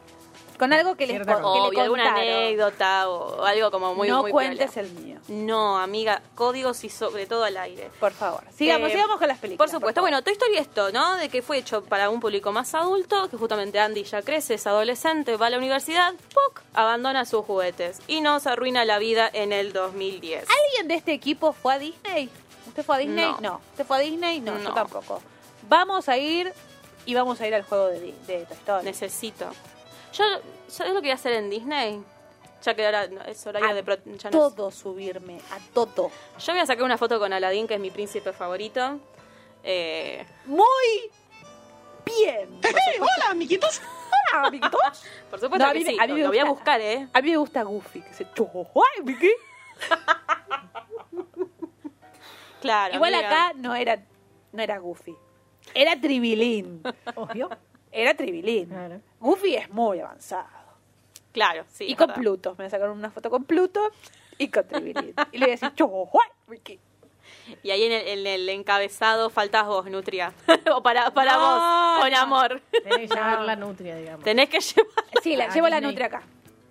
Speaker 2: Con algo que les
Speaker 4: Cierta
Speaker 2: con- que le
Speaker 3: obvio, alguna
Speaker 2: contaron.
Speaker 3: anécdota o algo como muy
Speaker 2: no
Speaker 3: muy
Speaker 2: cuentes
Speaker 3: piola.
Speaker 2: el mío.
Speaker 3: No, amiga, códigos y sobre todo al aire.
Speaker 2: Por favor. Sigamos,
Speaker 3: Eh,
Speaker 2: sigamos con las películas.
Speaker 3: Por supuesto, bueno, Toy Story esto, ¿no? De que fue hecho para un público más adulto, que justamente Andy ya crece, es adolescente, va a la universidad, ¡puc! abandona sus juguetes y nos arruina la vida en el 2010.
Speaker 2: ¿Alguien de este equipo fue a Disney? ¿Usted fue a Disney?
Speaker 3: No.
Speaker 2: No. ¿Usted fue a Disney? No,
Speaker 3: No.
Speaker 2: yo tampoco. Vamos a ir y vamos a ir al juego de, Di- de Toy Story.
Speaker 3: Necesito. Yo, ¿sabes lo que voy a hacer en Disney? Ya que ahora no- es horario
Speaker 2: A
Speaker 3: de... pro- ya no es-
Speaker 2: Ah, todo subirme, a todo.
Speaker 3: Yo voy a sacar una foto con Aladdin, que es mi príncipe favorito. Eh,
Speaker 2: Muy bien.
Speaker 5: Hola, amiguitos.
Speaker 2: Hola, amiguitos.
Speaker 3: por supuesto
Speaker 2: No, a
Speaker 3: que
Speaker 2: mí me-
Speaker 3: sí,
Speaker 2: a mí
Speaker 3: lo,
Speaker 2: me
Speaker 3: lo voy a
Speaker 2: gusta.
Speaker 3: buscar, ¿eh?
Speaker 2: A mí me gusta Goofy, que se "Ay, Mickey".
Speaker 3: Claro.
Speaker 2: Igual
Speaker 3: amiga.
Speaker 2: acá no era, no era Goofy. Era Tribilín.
Speaker 4: Obvio.
Speaker 2: Era Tribilín.
Speaker 4: Claro.
Speaker 2: Goofy es muy avanzado.
Speaker 3: Claro, sí.
Speaker 2: y
Speaker 3: es
Speaker 2: con
Speaker 3: verdad.
Speaker 2: Pluto. Me sacaron una foto con Pluto y con Tribilín. y le voy a decir, "Chau, Juan, Ricky".
Speaker 3: Y ahí en el, en el encabezado faltas vos, Nutria. o para, para
Speaker 2: No,
Speaker 3: vos, con
Speaker 2: no.
Speaker 3: amor.
Speaker 4: Tenés que llamar la nutria, digamos.
Speaker 3: Tenés que llevar.
Speaker 2: Sí, la,
Speaker 4: Ah,
Speaker 2: llevo la
Speaker 4: Disney.
Speaker 2: nutria acá.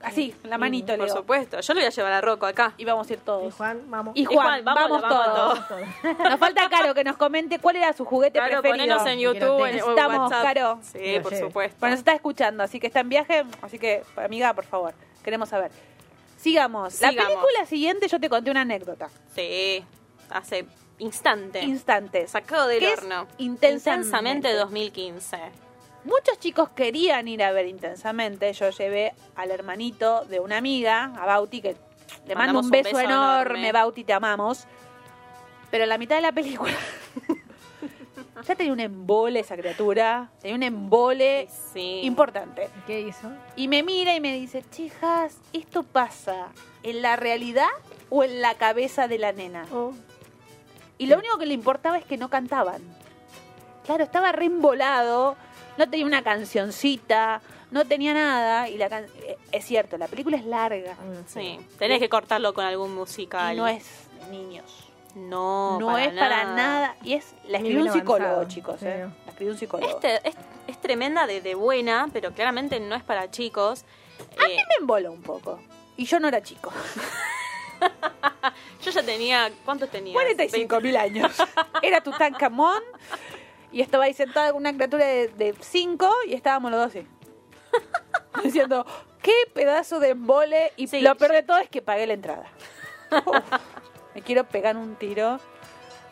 Speaker 2: Así, con la manito, le
Speaker 3: Por
Speaker 2: digo.
Speaker 3: supuesto, yo lo voy a llevar a Rocco acá.
Speaker 2: Y vamos a ir
Speaker 4: Y
Speaker 2: todos.
Speaker 4: Juan, vamos.
Speaker 2: Y
Speaker 3: Y Juan,
Speaker 2: Juan,
Speaker 3: vámonos,
Speaker 2: vamos,
Speaker 3: vámonos
Speaker 2: todos. Nos falta Caro que nos comente cuál era su juguete
Speaker 3: Claro,
Speaker 2: preferido.
Speaker 3: ponenos en YouTube, en, o en
Speaker 2: Necesitamos,
Speaker 3: WhatsApp.
Speaker 2: Caro.
Speaker 3: Sí,
Speaker 4: Lo
Speaker 3: por
Speaker 4: lleve.
Speaker 3: supuesto.
Speaker 2: Bueno, nos está escuchando, así que está en viaje, así que amiga, por favor, queremos saber. Sigamos. La
Speaker 3: Sigamos.
Speaker 2: película siguiente yo te conté una anécdota.
Speaker 3: Sí, hace instante.
Speaker 2: Instantes.
Speaker 3: Sacado del
Speaker 2: ¿Qué es
Speaker 3: horno.
Speaker 2: Intensamente.
Speaker 3: 2015.
Speaker 2: Muchos chicos querían ir a ver intensamente. Yo llevé al hermanito de una amiga, a Bauti, que le mando
Speaker 3: Mandamos
Speaker 2: un
Speaker 3: un
Speaker 2: beso,
Speaker 3: beso
Speaker 2: enorme.
Speaker 3: enorme.
Speaker 2: Bauti, te amamos. Pero en la mitad de la película. ya tenía un embole esa criatura. Tenía un embole
Speaker 3: Sí.
Speaker 2: importante.
Speaker 4: ¿Y ¿Qué hizo?
Speaker 2: Y me mira y me dice: Chicas, ¿esto pasa en la realidad o en la cabeza de la nena?
Speaker 4: Oh,
Speaker 2: Y lo único que le importaba es que no cantaban. Claro, estaba re embolado, no tenía una cancioncita, no tenía nada. Y la can- eh, es cierto, la película es larga
Speaker 4: Mm,
Speaker 3: Sí, tenés que cortarlo con algún musical.
Speaker 2: y no es de niños.
Speaker 3: No,
Speaker 2: No es para nada. Y es, la
Speaker 4: Ni
Speaker 2: escribió un
Speaker 4: bien
Speaker 2: psicólogo,
Speaker 4: avanzado,
Speaker 2: chicos.
Speaker 4: sí.
Speaker 2: eh. La escribió un psicólogo.
Speaker 3: Este, es, es tremenda de, de buena, pero claramente no es para chicos. Eh,
Speaker 2: Me emboló un poco. Y yo no era chico.
Speaker 3: yo ya tenía. ¿Cuántos tenía?
Speaker 2: 45 mil años. Era Tutankamón. Y estaba ahí sentada con una criatura de 5 y estábamos los dos así. Diciendo, qué pedazo de embole. Y
Speaker 3: Sí.
Speaker 2: lo peor de todo es que pagué la entrada. Uf, me quiero pegar un tiro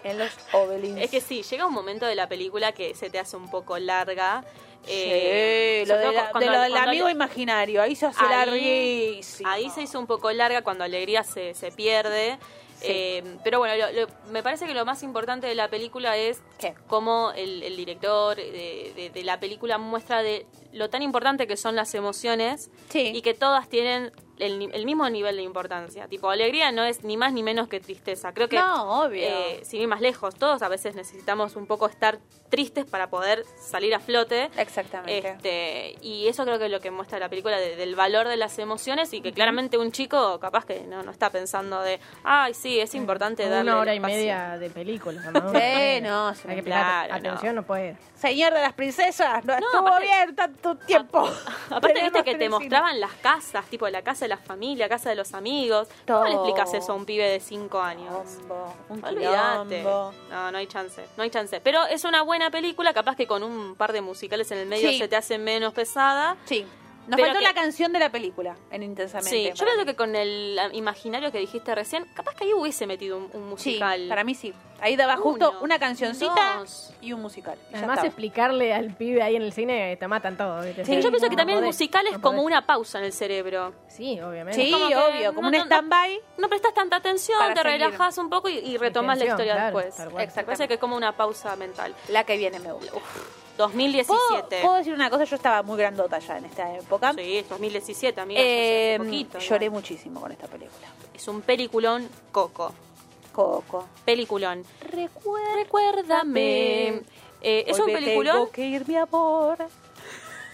Speaker 2: en los obeliscos.
Speaker 3: Es que sí, llega un momento de la película que se te hace un poco larga. Eh,
Speaker 2: Sí, lo,
Speaker 3: sobre
Speaker 2: de
Speaker 3: todo
Speaker 2: la-
Speaker 3: cuando-
Speaker 2: de lo del
Speaker 3: cuando-
Speaker 2: amigo imaginario. Ahí se hace
Speaker 3: Ahí,
Speaker 2: larguísimo.
Speaker 3: ahí se hizo un poco larga cuando alegría se, se pierde.
Speaker 2: Sí.
Speaker 3: Eh, pero bueno, lo- lo- me parece que lo más importante de la película es
Speaker 2: ¿Qué?
Speaker 3: cómo el, el director de, de- de la película muestra de lo tan importante que son las emociones
Speaker 2: Sí.
Speaker 3: y que todas tienen el, ni- el mismo nivel de importancia. Tipo, alegría no es ni más ni menos que tristeza. Creo que,
Speaker 2: No, obvio.
Speaker 3: eh, sin ir más lejos, todos a veces necesitamos un poco estar tristes para poder salir a flote.
Speaker 2: Exactamente.
Speaker 3: Este, y eso creo que es lo que muestra la película de- del valor de las emociones y que claramente un chico capaz que no, no está pensando de, ay, sí, es importante darle
Speaker 4: Una hora
Speaker 3: el
Speaker 4: y
Speaker 3: espacio".
Speaker 4: media de película, ¿no?
Speaker 2: Sí, no, se me-
Speaker 4: Hay que prestar
Speaker 3: claro, no.
Speaker 4: atención, no, puede.
Speaker 2: Señor de las princesas, no, estuvo
Speaker 3: aparte- Ah,
Speaker 2: bien tanto tiempo.
Speaker 3: Aparte
Speaker 2: Tenemos
Speaker 3: viste que te
Speaker 2: tres hijos.
Speaker 3: mostraban las casas, tipo la casa de la familia, casa de los amigos. ¿Cómo le
Speaker 2: Todo.
Speaker 3: explicas eso a un pibe de 5 años?
Speaker 2: Quilombo, un
Speaker 3: Olvídate.
Speaker 2: quilombo.
Speaker 3: No, no hay chance, no hay chance. Pero es una buena película, capaz que con un par de musicales en el medio
Speaker 2: Sí.
Speaker 3: se te hace menos pesada.
Speaker 2: Sí. Nos
Speaker 3: Pero
Speaker 2: faltó
Speaker 3: que-
Speaker 2: la canción de la película en Intensamente.
Speaker 3: Sí, yo
Speaker 2: para mí.
Speaker 3: creo que con el ah, imaginario que dijiste recién, capaz que ahí hubiese metido un, un
Speaker 2: Sí,
Speaker 3: musical.
Speaker 2: para mí sí. Ahí daba justo
Speaker 3: Uno,
Speaker 2: una cancioncita
Speaker 3: dos.
Speaker 2: y un musical. Y ya
Speaker 4: Además,
Speaker 2: estaba.
Speaker 4: explicarle al pibe ahí en el cine te matan todo. ¿viste?
Speaker 3: Sí, yo pienso que
Speaker 4: no
Speaker 3: también el
Speaker 4: podés,
Speaker 3: musical es
Speaker 4: no
Speaker 3: como
Speaker 4: podés.
Speaker 3: una pausa en el cerebro.
Speaker 4: Sí, obviamente.
Speaker 2: Sí,
Speaker 3: como que
Speaker 2: obvio, como
Speaker 3: no-
Speaker 2: un
Speaker 3: no- no-
Speaker 2: stand-by.
Speaker 3: No prestas tanta atención,
Speaker 2: Para
Speaker 3: te
Speaker 2: seguir.
Speaker 3: relajas un poco y, y retomas la
Speaker 4: Extensión,
Speaker 3: historia
Speaker 4: claro, tal
Speaker 3: después.
Speaker 4: cual.
Speaker 3: Exacto. Parece que es como una pausa mental.
Speaker 2: La que viene me gusta.
Speaker 4: Oh,
Speaker 3: Uf,
Speaker 2: ¿Puedo,
Speaker 3: 2017.
Speaker 2: puedo decir una cosa, yo estaba muy grandota ya en esta
Speaker 4: oh.
Speaker 2: época.
Speaker 3: Sí, 2017, amiga. ya hace
Speaker 2: Eh,
Speaker 3: poquito,
Speaker 2: lloré
Speaker 3: igual.
Speaker 2: muchísimo con esta película.
Speaker 3: Es un peliculón coco.
Speaker 2: Coco.
Speaker 3: Peliculón.
Speaker 2: Recuérdame.
Speaker 3: Eh, es
Speaker 2: Hoy
Speaker 3: un
Speaker 2: me
Speaker 3: peliculón.
Speaker 2: Tengo que ir, mi amor.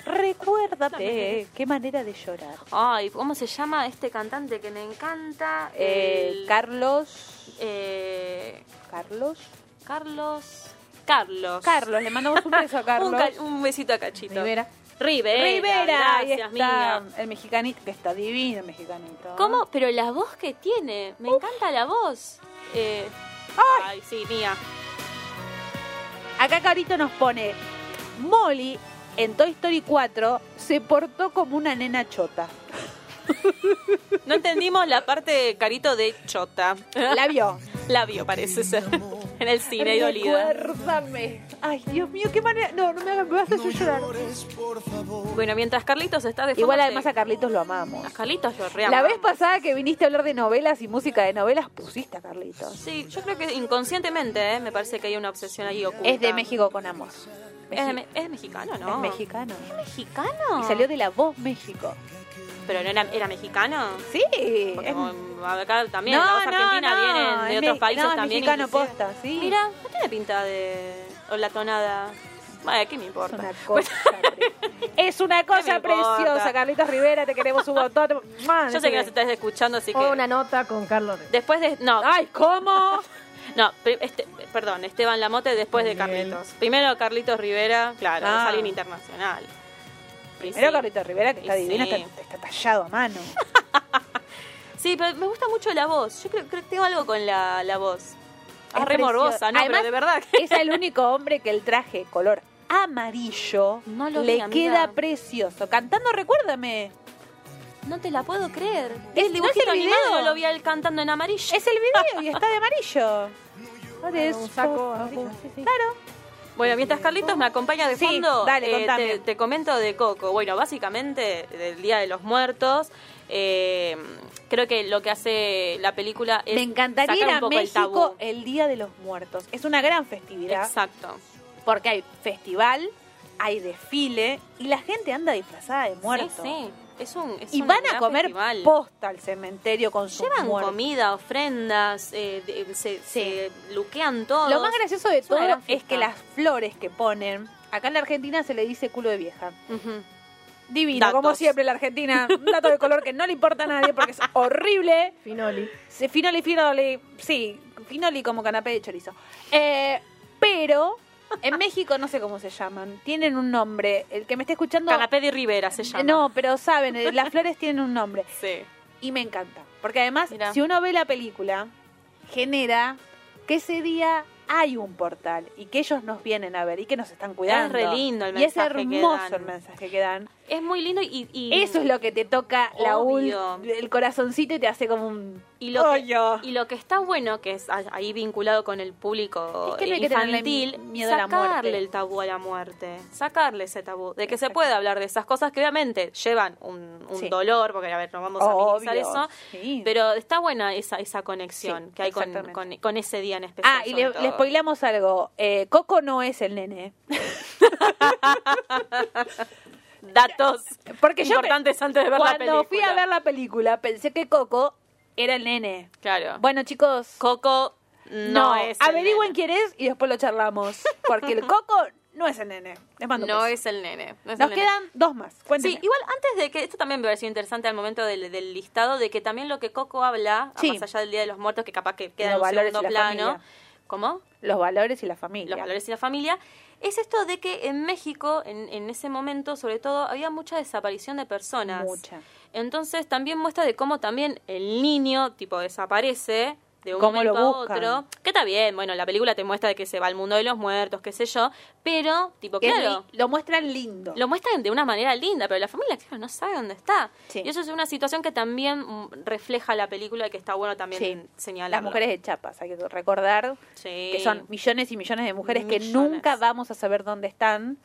Speaker 2: Recuérdame. Qué manera de llorar.
Speaker 3: Ay, ¿cómo se llama este cantante que me encanta?
Speaker 2: Eh,
Speaker 3: El-
Speaker 2: Carlos.
Speaker 3: eh,
Speaker 2: Carlos.
Speaker 3: Carlos. Carlos.
Speaker 2: Carlos, le mandamos un beso a Carlos.
Speaker 3: Un, ca- un besito a Cachito.
Speaker 4: Rivera.
Speaker 3: Rivera.
Speaker 2: Rivera, ahí
Speaker 3: gracias,
Speaker 2: está.
Speaker 3: mía.
Speaker 2: El mexicanito, que está divino el mexicanito.
Speaker 3: ¿Cómo? Pero la voz que tiene. Me encanta la voz. Eh, ay, sí, mía.
Speaker 2: Acá Carito nos pone. Molly en Toy Story 4 se portó como una nena chota.
Speaker 3: No entendimos la parte de carito de Chota.
Speaker 2: La vio.
Speaker 3: Labio, parece ser. En el cine y dolida.
Speaker 2: Recuérdame. Ay, Dios mío, qué manera. No, no me hagas, me vas a hacer llorar.
Speaker 3: Bueno, mientras Carlitos está de fondo,
Speaker 2: Igual
Speaker 3: te-
Speaker 2: además a Carlitos lo amamos.
Speaker 3: a Carlitos lo
Speaker 2: La
Speaker 3: reamamos.
Speaker 2: vez pasada que viniste a hablar de novelas y música de novelas, pusiste a Carlitos.
Speaker 3: Sí, yo creo que inconscientemente eh, me parece que hay una obsesión ahí oculta.
Speaker 2: Es de México con amor.
Speaker 3: Es, de
Speaker 2: Mexi-
Speaker 3: me- es mexicano, ¿no?
Speaker 2: Es mexicano.
Speaker 3: ¿Mexicano?
Speaker 2: Y salió de la voz México.
Speaker 3: ¿Pero no era, era mexicano?
Speaker 2: Sí.
Speaker 3: Porque
Speaker 2: es-
Speaker 3: como acá también, la voz argentina
Speaker 2: no,
Speaker 3: viene de
Speaker 2: es
Speaker 3: otros
Speaker 2: me-
Speaker 3: países
Speaker 2: no, es
Speaker 3: también.
Speaker 2: mexicano
Speaker 3: inclusive.
Speaker 2: posta, sí.
Speaker 3: Mira, no tiene pinta de... o la tonada. Bueno, ¿qué me
Speaker 2: es una
Speaker 3: importa?
Speaker 2: cosa. pre- es una cosa
Speaker 3: ¿Qué me importa?
Speaker 2: preciosa, Carlitos Rivera, te queremos un montón. Man,
Speaker 3: Yo sé que nos estás escuchando, así que...
Speaker 4: O una nota con Carlos.
Speaker 3: Después de... No,
Speaker 2: Ay, ¿cómo?
Speaker 3: No, pri- este- perdón, Esteban Lamote después de
Speaker 4: Bien.
Speaker 3: Carlitos. Primero Carlitos Rivera, claro,
Speaker 2: Ah.
Speaker 3: es alguien internacional. Y
Speaker 2: Primero
Speaker 3: sí.
Speaker 2: Carlitos Rivera, que
Speaker 3: Y
Speaker 2: está divino,
Speaker 3: sí.
Speaker 2: está, está tallado a mano.
Speaker 3: Sí, pero me gusta mucho la voz. Yo creo, creo que tengo algo con la, la voz. Es, re
Speaker 2: precioso.
Speaker 3: morbosa, ¿no?
Speaker 2: Además,
Speaker 3: pero de verdad. que-
Speaker 2: Es el único hombre que el traje color amarillo
Speaker 3: No lo vi,
Speaker 2: le
Speaker 3: amiga.
Speaker 2: queda precioso. Cantando, recuérdame.
Speaker 3: No te la puedo creer.
Speaker 2: Es-
Speaker 3: el
Speaker 2: ¿no es
Speaker 3: dibujito
Speaker 2: el
Speaker 3: animado
Speaker 2: video?
Speaker 3: lo vi al cantando en amarillo.
Speaker 2: Es el video y está de amarillo. Eres
Speaker 4: un saco
Speaker 2: poco-
Speaker 4: amarillo, sí, sí.
Speaker 2: Claro.
Speaker 3: Bueno, mientras Carlitos me acompaña de
Speaker 2: Sí,
Speaker 3: fondo, eh,
Speaker 2: dale, contame.
Speaker 3: te, te comento de Coco. Bueno, básicamente del Día de los Muertos. eh, creo que lo que hace la película es
Speaker 2: Me encantaría ir
Speaker 3: sacar un
Speaker 2: a
Speaker 3: poco el
Speaker 2: México e
Speaker 3: tabú.
Speaker 2: el, Día de los Muertos. Es una gran festividad
Speaker 3: Exacto.
Speaker 2: porque hay festival, hay desfile y la gente anda disfrazada de muerto.
Speaker 3: Sí, sí. Es un, es
Speaker 2: Y
Speaker 3: un
Speaker 2: van a
Speaker 3: gran
Speaker 2: comer
Speaker 3: festival.
Speaker 2: posta al cementerio con sus
Speaker 3: Llevan
Speaker 2: muertos.
Speaker 3: comida, ofrendas, eh, de- se, se luquean todo.
Speaker 2: Lo más gracioso de
Speaker 3: Es una
Speaker 2: todo
Speaker 3: gran
Speaker 2: es
Speaker 3: fiesta.
Speaker 2: que las flores que ponen a Acá en la Argentina se le dice culo de vieja.
Speaker 3: Ujú.
Speaker 2: Divino,
Speaker 3: Datos.
Speaker 2: como siempre, la Argentina. Un dato de color que no le importa a nadie porque es horrible.
Speaker 4: Finoli.
Speaker 2: Se- Finoli, finoli. Sí, finoli como canapé de chorizo. Eh, pero en México no sé cómo se llaman. Tienen un nombre. El que me esté escuchando.
Speaker 3: Canapé de Rivera se llama.
Speaker 2: No, pero saben, eh, las flores tienen un nombre.
Speaker 3: Sí.
Speaker 2: Y me encanta. Porque además,
Speaker 3: Mirá.
Speaker 2: si uno ve la película, genera que ese día hay un portal y que ellos nos vienen a ver y que nos están cuidando.
Speaker 3: re lindo el
Speaker 2: Y es
Speaker 3: mensaje que
Speaker 2: hermoso
Speaker 3: dan.
Speaker 2: el mensaje que dan.
Speaker 3: Es muy lindo y... y-
Speaker 2: Eso es lo que te toca la
Speaker 3: Obvio.
Speaker 2: ul- el corazoncito y te hace como un...
Speaker 3: Y lo, que,
Speaker 2: Oyo.
Speaker 3: y lo que está bueno, que es a- ahí vinculado con el público eh,
Speaker 2: Es que no hay que tenerle
Speaker 3: infantil,
Speaker 2: mi- miedo a la
Speaker 3: sacarle
Speaker 2: muerte.
Speaker 3: el tabú a la muerte, sacarle ese tabú, de que se puede hablar de esas cosas que obviamente llevan un, un
Speaker 2: Sí.
Speaker 3: dolor, porque a ver, no vamos a minimizar
Speaker 2: Obvio,
Speaker 3: eso,
Speaker 2: sí.
Speaker 3: pero está buena esa, esa conexión
Speaker 2: Sí,
Speaker 3: que hay con,
Speaker 2: exactamente.
Speaker 3: con- con ese día en especial.
Speaker 2: Ah, y
Speaker 3: sobre
Speaker 2: le,
Speaker 3: todo.
Speaker 2: le spoileamos algo. Eh, Coco no es el nene.
Speaker 3: Datos
Speaker 2: Porque yo me-
Speaker 3: importantes antes de ver la película.
Speaker 2: Cuando fui a ver la película pensé que Coco era el nene.
Speaker 3: Claro.
Speaker 2: Bueno, chicos,
Speaker 3: Ah. Coco no, es el
Speaker 2: averigüen
Speaker 3: nene.
Speaker 2: quién es y después lo charlamos. Porque el Coco no es el nene. Les mando un
Speaker 3: No
Speaker 2: beso.
Speaker 3: es el nene. no es
Speaker 2: Nos
Speaker 3: el nene.
Speaker 2: quedan dos más. Cuéntenme.
Speaker 3: Sí, igual antes de que, esto también me pareció interesante al momento del, del listado, de que también lo que Coco habla,
Speaker 2: Sí.
Speaker 3: más allá del Día de los Muertos, que capaz que queda
Speaker 2: Los
Speaker 3: en un
Speaker 2: valores
Speaker 3: segundo
Speaker 2: y la
Speaker 3: plano,
Speaker 2: familia.
Speaker 3: ¿cómo?
Speaker 2: Los valores y la familia.
Speaker 3: Los valores y la familia, es esto de que en México, en, en ese momento, sobre todo, había mucha desaparición de personas.
Speaker 2: Mucha.
Speaker 3: Entonces también muestra de cómo también el niño, tipo, desaparece de un
Speaker 2: Cómo lo
Speaker 3: momento a
Speaker 2: buscan.
Speaker 3: otro. Que está bien, bueno, la película te muestra de que se va al mundo de los muertos, qué sé yo, pero, tipo,
Speaker 2: Que
Speaker 3: claro
Speaker 2: li- Lo muestran lindo.
Speaker 3: lo muestran de una manera linda, pero la familia claro, no sabe dónde está.
Speaker 2: Sí.
Speaker 3: Y eso es una situación que también mm, refleja la película y que está bueno también
Speaker 2: Sí.
Speaker 3: señalar.
Speaker 2: Las mujeres de Chapas, hay que recordar
Speaker 3: Sí.
Speaker 2: que son millones y millones de mujeres que
Speaker 3: Millones.
Speaker 2: nunca vamos a saber dónde están.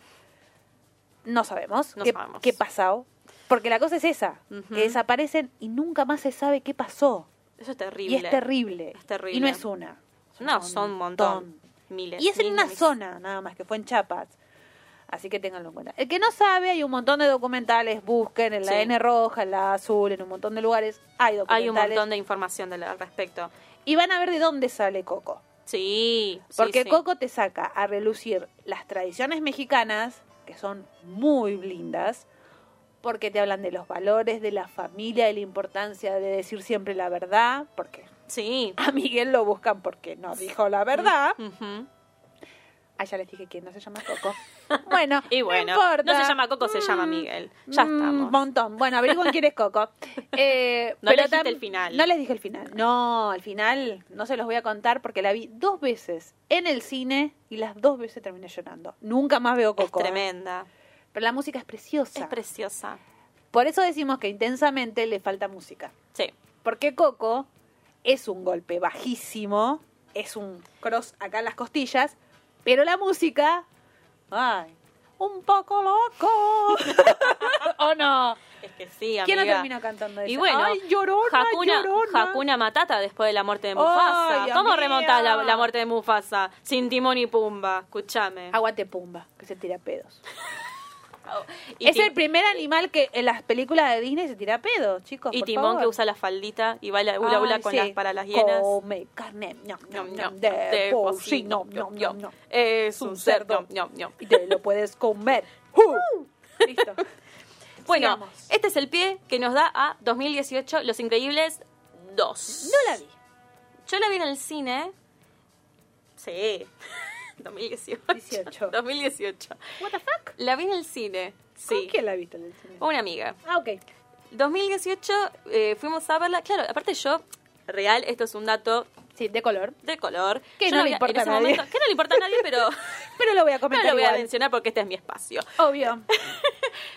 Speaker 2: No sabemos
Speaker 3: No
Speaker 2: qué,
Speaker 3: sabemos.
Speaker 2: qué pasó. Porque la cosa es esa,
Speaker 3: Ujú.
Speaker 2: que desaparecen y nunca más se sabe qué pasó.
Speaker 3: Eso es terrible.
Speaker 2: Y es terrible.
Speaker 3: Es terrible.
Speaker 2: Y no es una.
Speaker 3: No, son un montón. Miles.
Speaker 2: Y es en
Speaker 3: miles,
Speaker 2: una
Speaker 3: miles.
Speaker 2: zona, nada más, que fue en Chiapas. Así que ténganlo en cuenta. El que no sabe, hay un montón de documentales. Busquen en la
Speaker 3: Sí.
Speaker 2: N roja, en la azul, en un montón de lugares. Hay documentales.
Speaker 3: Hay un montón de información de la- al respecto.
Speaker 2: Y van a ver de dónde sale Coco.
Speaker 3: Sí. sí,
Speaker 2: Porque
Speaker 3: sí.
Speaker 2: Coco te saca a relucir las tradiciones mexicanas, que son muy lindas, porque te hablan de los valores, de la familia, de la importancia de decir siempre la verdad, porque
Speaker 3: Sí.
Speaker 2: a Miguel lo buscan porque no dijo la verdad.
Speaker 3: Ujú.
Speaker 2: Ah, ya les dije quién no se llama Coco. Bueno,
Speaker 3: Y bueno,
Speaker 2: no, importa.
Speaker 3: no se llama Coco, se llama Miguel. Ya
Speaker 2: Mm,
Speaker 3: estamos.
Speaker 2: montón. Bueno, averigüen quién es Coco. Eh,
Speaker 3: No les
Speaker 2: tam-
Speaker 3: dijiste el final.
Speaker 2: No les dije el final. No, al final no se los voy a contar porque la vi dos veces en el cine y las dos veces terminé llorando. Nunca más veo
Speaker 3: Es
Speaker 2: Coco. ¿eh?
Speaker 3: tremenda.
Speaker 2: Pero la música es preciosa.
Speaker 3: Es preciosa.
Speaker 2: Por eso decimos que intensamente le falta música.
Speaker 3: Sí.
Speaker 2: Porque Coco es un golpe bajísimo, es un cross acá en las costillas, pero la música, ay, un poco loco. ¿O no?
Speaker 3: Es que sí, amiga.
Speaker 2: ¿Quién no terminó cantando eso?
Speaker 3: Y bueno,
Speaker 2: ay, llorona,
Speaker 3: Hakuna,
Speaker 2: llorona.
Speaker 3: Hakuna Matata después de la muerte de Mufasa.
Speaker 2: Ay,
Speaker 3: ¿Cómo
Speaker 2: amiga.
Speaker 3: remontás la, la muerte de Mufasa? Sin Timón y Pumba, escúchame.
Speaker 2: Aguante Pumba, que se tira pedos.
Speaker 3: Y,
Speaker 2: es
Speaker 3: Tim-
Speaker 2: el primer animal que en las películas de Disney se tira pedos, chicos.
Speaker 3: y
Speaker 2: por
Speaker 3: Timón
Speaker 2: favor.
Speaker 3: que usa la faldita y baila hula hula
Speaker 2: Ay,
Speaker 3: con
Speaker 2: sí.
Speaker 3: las, para las hienas.
Speaker 2: Come carne, ñam, ñam,
Speaker 3: Ñom,
Speaker 2: ñam,
Speaker 3: ñom,
Speaker 2: de
Speaker 3: de
Speaker 2: oh, porcino,
Speaker 3: porcino,
Speaker 2: ñam,
Speaker 3: ñom,
Speaker 2: ñam, ñam.
Speaker 3: ñom. Es un cerdo. ñom, ñom.
Speaker 2: y te lo puedes comer. ¡Uh! Listo.
Speaker 3: Bueno,
Speaker 2: Sigamos.
Speaker 3: este es el pie que nos da a 2018 Los Increíbles 2.
Speaker 2: No la vi.
Speaker 3: Yo la vi en el cine. Sí. 2018.
Speaker 2: 18.
Speaker 3: 2018.
Speaker 2: What the fuck?
Speaker 3: La vi en el cine.
Speaker 2: ¿Con
Speaker 3: Sí.
Speaker 2: quién la viste en el cine?
Speaker 3: Una amiga.
Speaker 2: Ah, ok.
Speaker 3: 2018 eh, fuimos a verla. Claro, aparte yo, real, esto es un dato
Speaker 2: Sí, de color.
Speaker 3: de color.
Speaker 2: Que
Speaker 3: Yo
Speaker 2: no le
Speaker 3: había-
Speaker 2: importa
Speaker 3: en ese
Speaker 2: a nadie.
Speaker 3: momento- que no le importa a nadie, pero
Speaker 2: Pero lo voy a
Speaker 3: no
Speaker 2: comentar
Speaker 3: lo voy a
Speaker 2: igual.
Speaker 3: mencionar porque este es mi espacio.
Speaker 2: Obvio.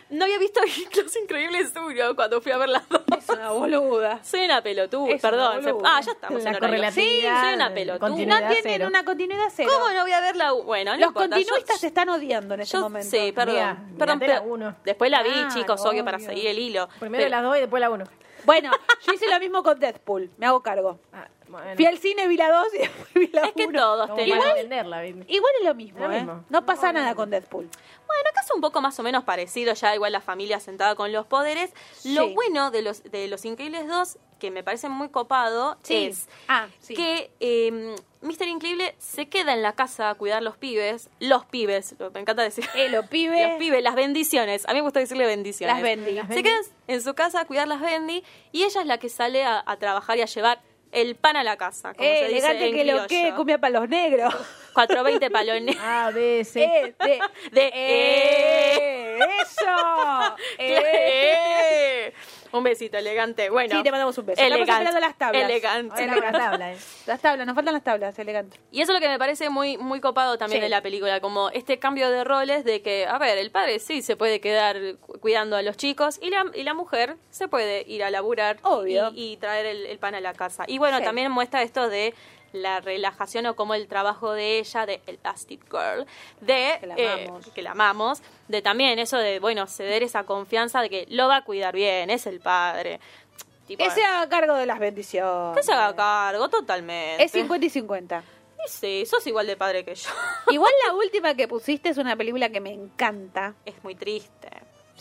Speaker 3: No había visto Los Increíbles 1 cuando fui a ver las dos.
Speaker 2: Es una boluda.
Speaker 3: Soy una pelotuda,
Speaker 2: Es
Speaker 3: perdón.
Speaker 2: una boluda.
Speaker 3: Ah, ya estamos
Speaker 4: La
Speaker 3: en horario. Sí,
Speaker 4: correlatividad,
Speaker 3: soy una
Speaker 4: la
Speaker 3: pelotuda.
Speaker 4: continuidad.
Speaker 2: No tienen
Speaker 4: cero.
Speaker 2: una continuidad cero.
Speaker 3: ¿Cómo no voy a ver la u- Bueno, Ah, no
Speaker 2: Los
Speaker 3: importa,
Speaker 2: continuistas
Speaker 3: yo-
Speaker 2: se están odiando en este
Speaker 3: yo-
Speaker 2: momento.
Speaker 3: Sí, perdón.
Speaker 4: Mira,
Speaker 3: perdón,
Speaker 4: mirate la
Speaker 3: pero-
Speaker 4: uno.
Speaker 3: Después la vi,
Speaker 2: Claro,
Speaker 3: chicos, obvio, para
Speaker 2: Ah, obvio.
Speaker 3: seguir el hilo.
Speaker 4: Primero
Speaker 3: Pero-
Speaker 4: las dos y después la uno.
Speaker 2: Bueno, yo hice lo mismo con Deadpool. Me hago cargo.
Speaker 4: Ah, bueno.
Speaker 2: Fui al cine, vi la 2 y después vi la
Speaker 3: Es que
Speaker 2: 1.
Speaker 3: todos
Speaker 4: Como
Speaker 3: tenemos.
Speaker 4: para entenderla, baby.
Speaker 2: Igual es lo mismo,
Speaker 4: Lo
Speaker 2: ¿eh?
Speaker 4: mismo.
Speaker 2: No pasa nada con Deadpool.
Speaker 3: Bueno, acá es un poco más o menos parecido, ya igual la familia sentada con los poderes. Lo
Speaker 2: Sí.
Speaker 3: bueno de los, de los Increíbles 2 que me parece muy copado
Speaker 2: Sí.
Speaker 3: es
Speaker 2: Ah, sí.
Speaker 3: que eh, Mr. Increíble se queda en la casa a cuidar los pibes. Los pibes, lo- me encanta decir.
Speaker 2: Eh, los pibes.
Speaker 3: Los pibes, las bendiciones. A mí me gusta decirle bendiciones.
Speaker 2: Las Eh, bendi. Las
Speaker 3: Se quedan en su casa a cuidar las bendi y ella es la que sale a, a trabajar y a llevar el pan a la casa. Como
Speaker 2: Eh,
Speaker 3: se dice
Speaker 2: elegante
Speaker 3: en
Speaker 2: que lo que,
Speaker 3: criollo.
Speaker 2: cumbia para los negros.
Speaker 3: 420 palones.
Speaker 4: A, B, C.
Speaker 2: Eh, de,
Speaker 3: De-
Speaker 2: eh, eso. Eh.
Speaker 3: Eh. Un besito, elegante. Bueno.
Speaker 2: Sí, te mandamos un beso. Estamos
Speaker 3: Elegante.
Speaker 2: esperando las tablas.
Speaker 3: Elegante.
Speaker 4: Ahora la tabla, eh.
Speaker 2: Las tablas, nos faltan las tablas, elegante.
Speaker 3: Y eso es lo que me parece muy, muy copado también
Speaker 2: Sí.
Speaker 3: de la película, como este cambio de roles de que, a ver, el padre sí se puede quedar cu- cuidando a los chicos y la, y la mujer se puede ir a laburar
Speaker 2: Obvio.
Speaker 3: Y, y traer el, el pan a la casa. Y bueno,
Speaker 2: Sí.
Speaker 3: también muestra esto de la relajación o como el trabajo de ella, de Elastic Girl, de
Speaker 2: Que la
Speaker 3: eh,
Speaker 2: amamos.
Speaker 3: que la amamos, de también eso de, bueno, ceder esa confianza de que lo va a cuidar bien, es el padre. Tipo,
Speaker 2: Que se haga cargo de las bendiciones.
Speaker 3: que se haga cargo totalmente.
Speaker 2: Es 50 y 50.
Speaker 3: Y Sí, sos igual de padre que yo.
Speaker 2: Igual la última que pusiste es una película que me encanta.
Speaker 3: Es muy triste.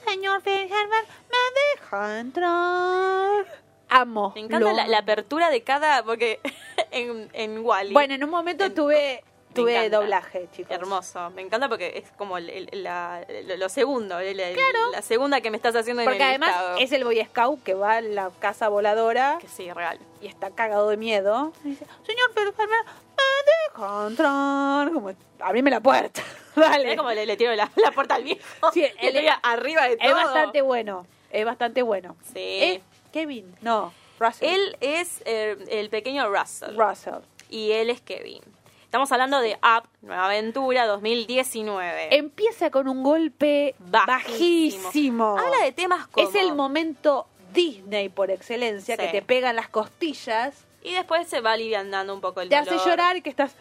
Speaker 2: Señor Fitzgerald, me deja entrar. Amo.
Speaker 3: Me encanta
Speaker 2: lo
Speaker 3: la,
Speaker 2: amo.
Speaker 3: la apertura de cada. Porque en, en Wally.
Speaker 2: Bueno, en un momento tuve, tuve doblaje, chicos.
Speaker 3: Hermoso. Me encanta porque es como el- el- la- lo, lo segundo. el- el- La segunda que me estás haciendo en
Speaker 2: Porque
Speaker 3: el
Speaker 2: además
Speaker 3: listado.
Speaker 2: es el Boy Scout que va a la casa voladora
Speaker 3: Que sí, real.
Speaker 2: y está cagado de miedo. Y dice, señor Fitzgerald, me deja entrar. Como, abrime la puerta. Dale.
Speaker 3: Es como le, le tiro la, la puerta al viejo.
Speaker 2: Sí,
Speaker 3: Sí,
Speaker 2: él-
Speaker 3: arriba de todo.
Speaker 2: Es bastante bueno. Es bastante bueno.
Speaker 3: Sí.
Speaker 2: ¿Eh? Kevin. No, Russell.
Speaker 3: Él es eh, el pequeño Russell.
Speaker 2: Russell.
Speaker 3: y él es Kevin. Estamos hablando de Up, Nueva Aventura 2019.
Speaker 2: Empieza con un golpe bajísimo.
Speaker 3: Bajísimo. Habla de temas como...
Speaker 2: Es el momento Disney por excelencia,
Speaker 3: Sí.
Speaker 2: que te pegan las costillas,
Speaker 3: Y después se va aliviando un poco el
Speaker 2: te
Speaker 3: dolor.
Speaker 2: hace llorar y que estás.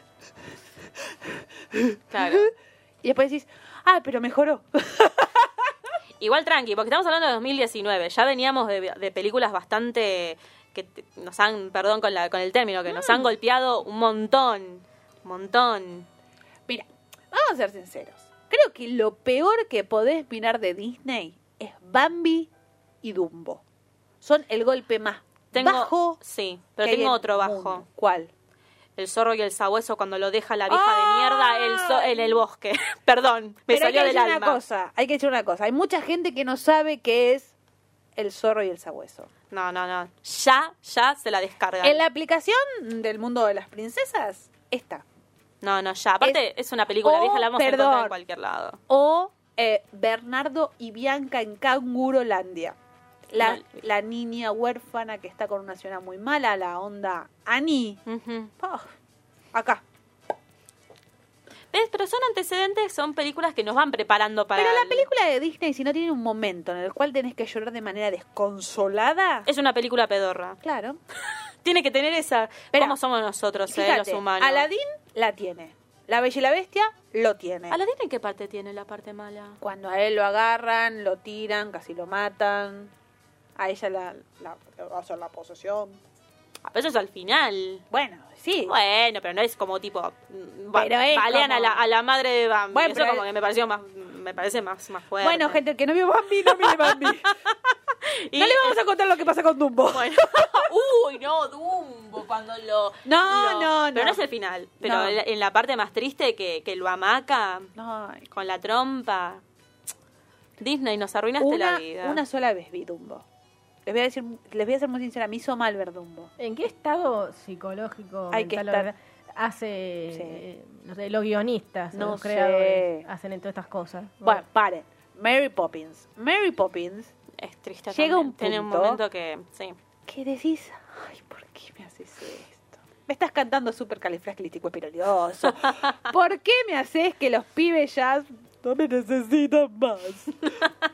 Speaker 3: Claro.
Speaker 2: Y después decís, ah, pero mejoró.
Speaker 3: Igual tranqui, porque estamos hablando de 2019. Ya veníamos de, de películas bastante... que te- nos han, perdón con, la, con el término, que nos han
Speaker 2: Mm.
Speaker 3: golpeado un montón. Un montón.
Speaker 2: Mira, vamos a ser sinceros. Creo que lo peor que podés mirar de Disney es Bambi y Dumbo. Son el golpe más
Speaker 3: Tengo,
Speaker 2: bajo.
Speaker 3: Sí, pero
Speaker 2: que hay
Speaker 3: tengo
Speaker 2: en
Speaker 3: otro
Speaker 2: el
Speaker 3: bajo.
Speaker 2: mundo. ¿Cuál?
Speaker 3: El zorro y el sabueso cuando lo deja la vieja
Speaker 2: ¡Ah!
Speaker 3: de mierda el zo- en el bosque. perdón, me
Speaker 2: Pero hay
Speaker 3: salió
Speaker 2: que
Speaker 3: del
Speaker 2: decir
Speaker 3: alma.
Speaker 2: una cosa, hay que decir una cosa. Hay mucha gente que no sabe qué es el zorro y el sabueso.
Speaker 3: No, no, no. Ya, ya se la descargan.
Speaker 2: En la aplicación del mundo de las princesas está.
Speaker 3: No, no, ya. Aparte, es, una película
Speaker 2: Oh,
Speaker 3: vieja, la vamos a
Speaker 2: perdón.
Speaker 3: encontrar en cualquier lado.
Speaker 2: O eh, Bernardo y Bianca en Cangurolandia. La,
Speaker 3: No.
Speaker 2: la niña huérfana que está con una señora muy mala, la onda Annie.
Speaker 3: Ujú.
Speaker 2: Ah, acá.
Speaker 3: ¿Ves? Pero son antecedentes, son películas que nos van preparando para.
Speaker 2: Pero la
Speaker 3: el-
Speaker 2: película de Disney, si no tiene un momento en el cual tenés que llorar de manera desconsolada.
Speaker 3: Es una película pedorra.
Speaker 2: Claro.
Speaker 3: Tiene que tener esa.
Speaker 2: Pero-
Speaker 3: ¿Cómo somos nosotros, eh, los
Speaker 2: Fíjate,
Speaker 3: humanos?
Speaker 2: Aladín la tiene. La Bella y la Bestia lo tiene.
Speaker 3: ¿Aladín en qué parte tiene la parte mala?
Speaker 2: Cuando a él lo agarran, lo tiran, casi lo matan. A ella la, la, o sea, la posesión.
Speaker 3: Ah, pero eso es al final.
Speaker 2: Bueno, sí.
Speaker 3: Bueno, pero no es como tipo. mm, ba-
Speaker 2: Pero es
Speaker 3: balean
Speaker 2: como-
Speaker 3: a, la, a la madre de Bambi.
Speaker 2: Bueno,
Speaker 3: eso
Speaker 2: pero-
Speaker 3: como que me pareció más. Me parece más, más fuerte.
Speaker 2: Bueno, gente, el que no vio Bambi, no mire Bambi. No
Speaker 3: Y-
Speaker 2: le vamos a contar lo que pasa con Dumbo.
Speaker 3: Bueno. Uy, no, Dumbo, cuando lo.
Speaker 2: No,
Speaker 3: lo-
Speaker 2: no, no.
Speaker 3: Pero no es el final. Pero
Speaker 2: No.
Speaker 3: en la- en la parte más triste que, que lo amaca
Speaker 2: No,
Speaker 3: con la trompa. Disney, nos arruinaste la
Speaker 2: una,
Speaker 3: vida.
Speaker 2: una sola vez vi Dumbo. Les voy a decir, les voy a ser muy sincera, me hizo mal ver Dumbo.
Speaker 4: ¿En qué estado psicológico
Speaker 2: Hay que
Speaker 4: mental,
Speaker 2: estar.
Speaker 4: hace
Speaker 2: Sí.
Speaker 4: eh, no sé, los guionistas,
Speaker 2: No
Speaker 4: los
Speaker 2: sé.
Speaker 4: creadores hacen en todas estas cosas?
Speaker 2: Bueno, paren. Mary Poppins. Mary Poppins,
Speaker 3: Es triste.
Speaker 2: Llega
Speaker 3: también.
Speaker 2: un
Speaker 3: Tiene un
Speaker 2: punto-
Speaker 3: momento que. Sí.
Speaker 2: ¿qué decís? Ay, ¿por qué me haces esto? Me estás cantando súper califrasclítico espiralioso. ¿Por qué me haces que los pibes ya no me necesitan más?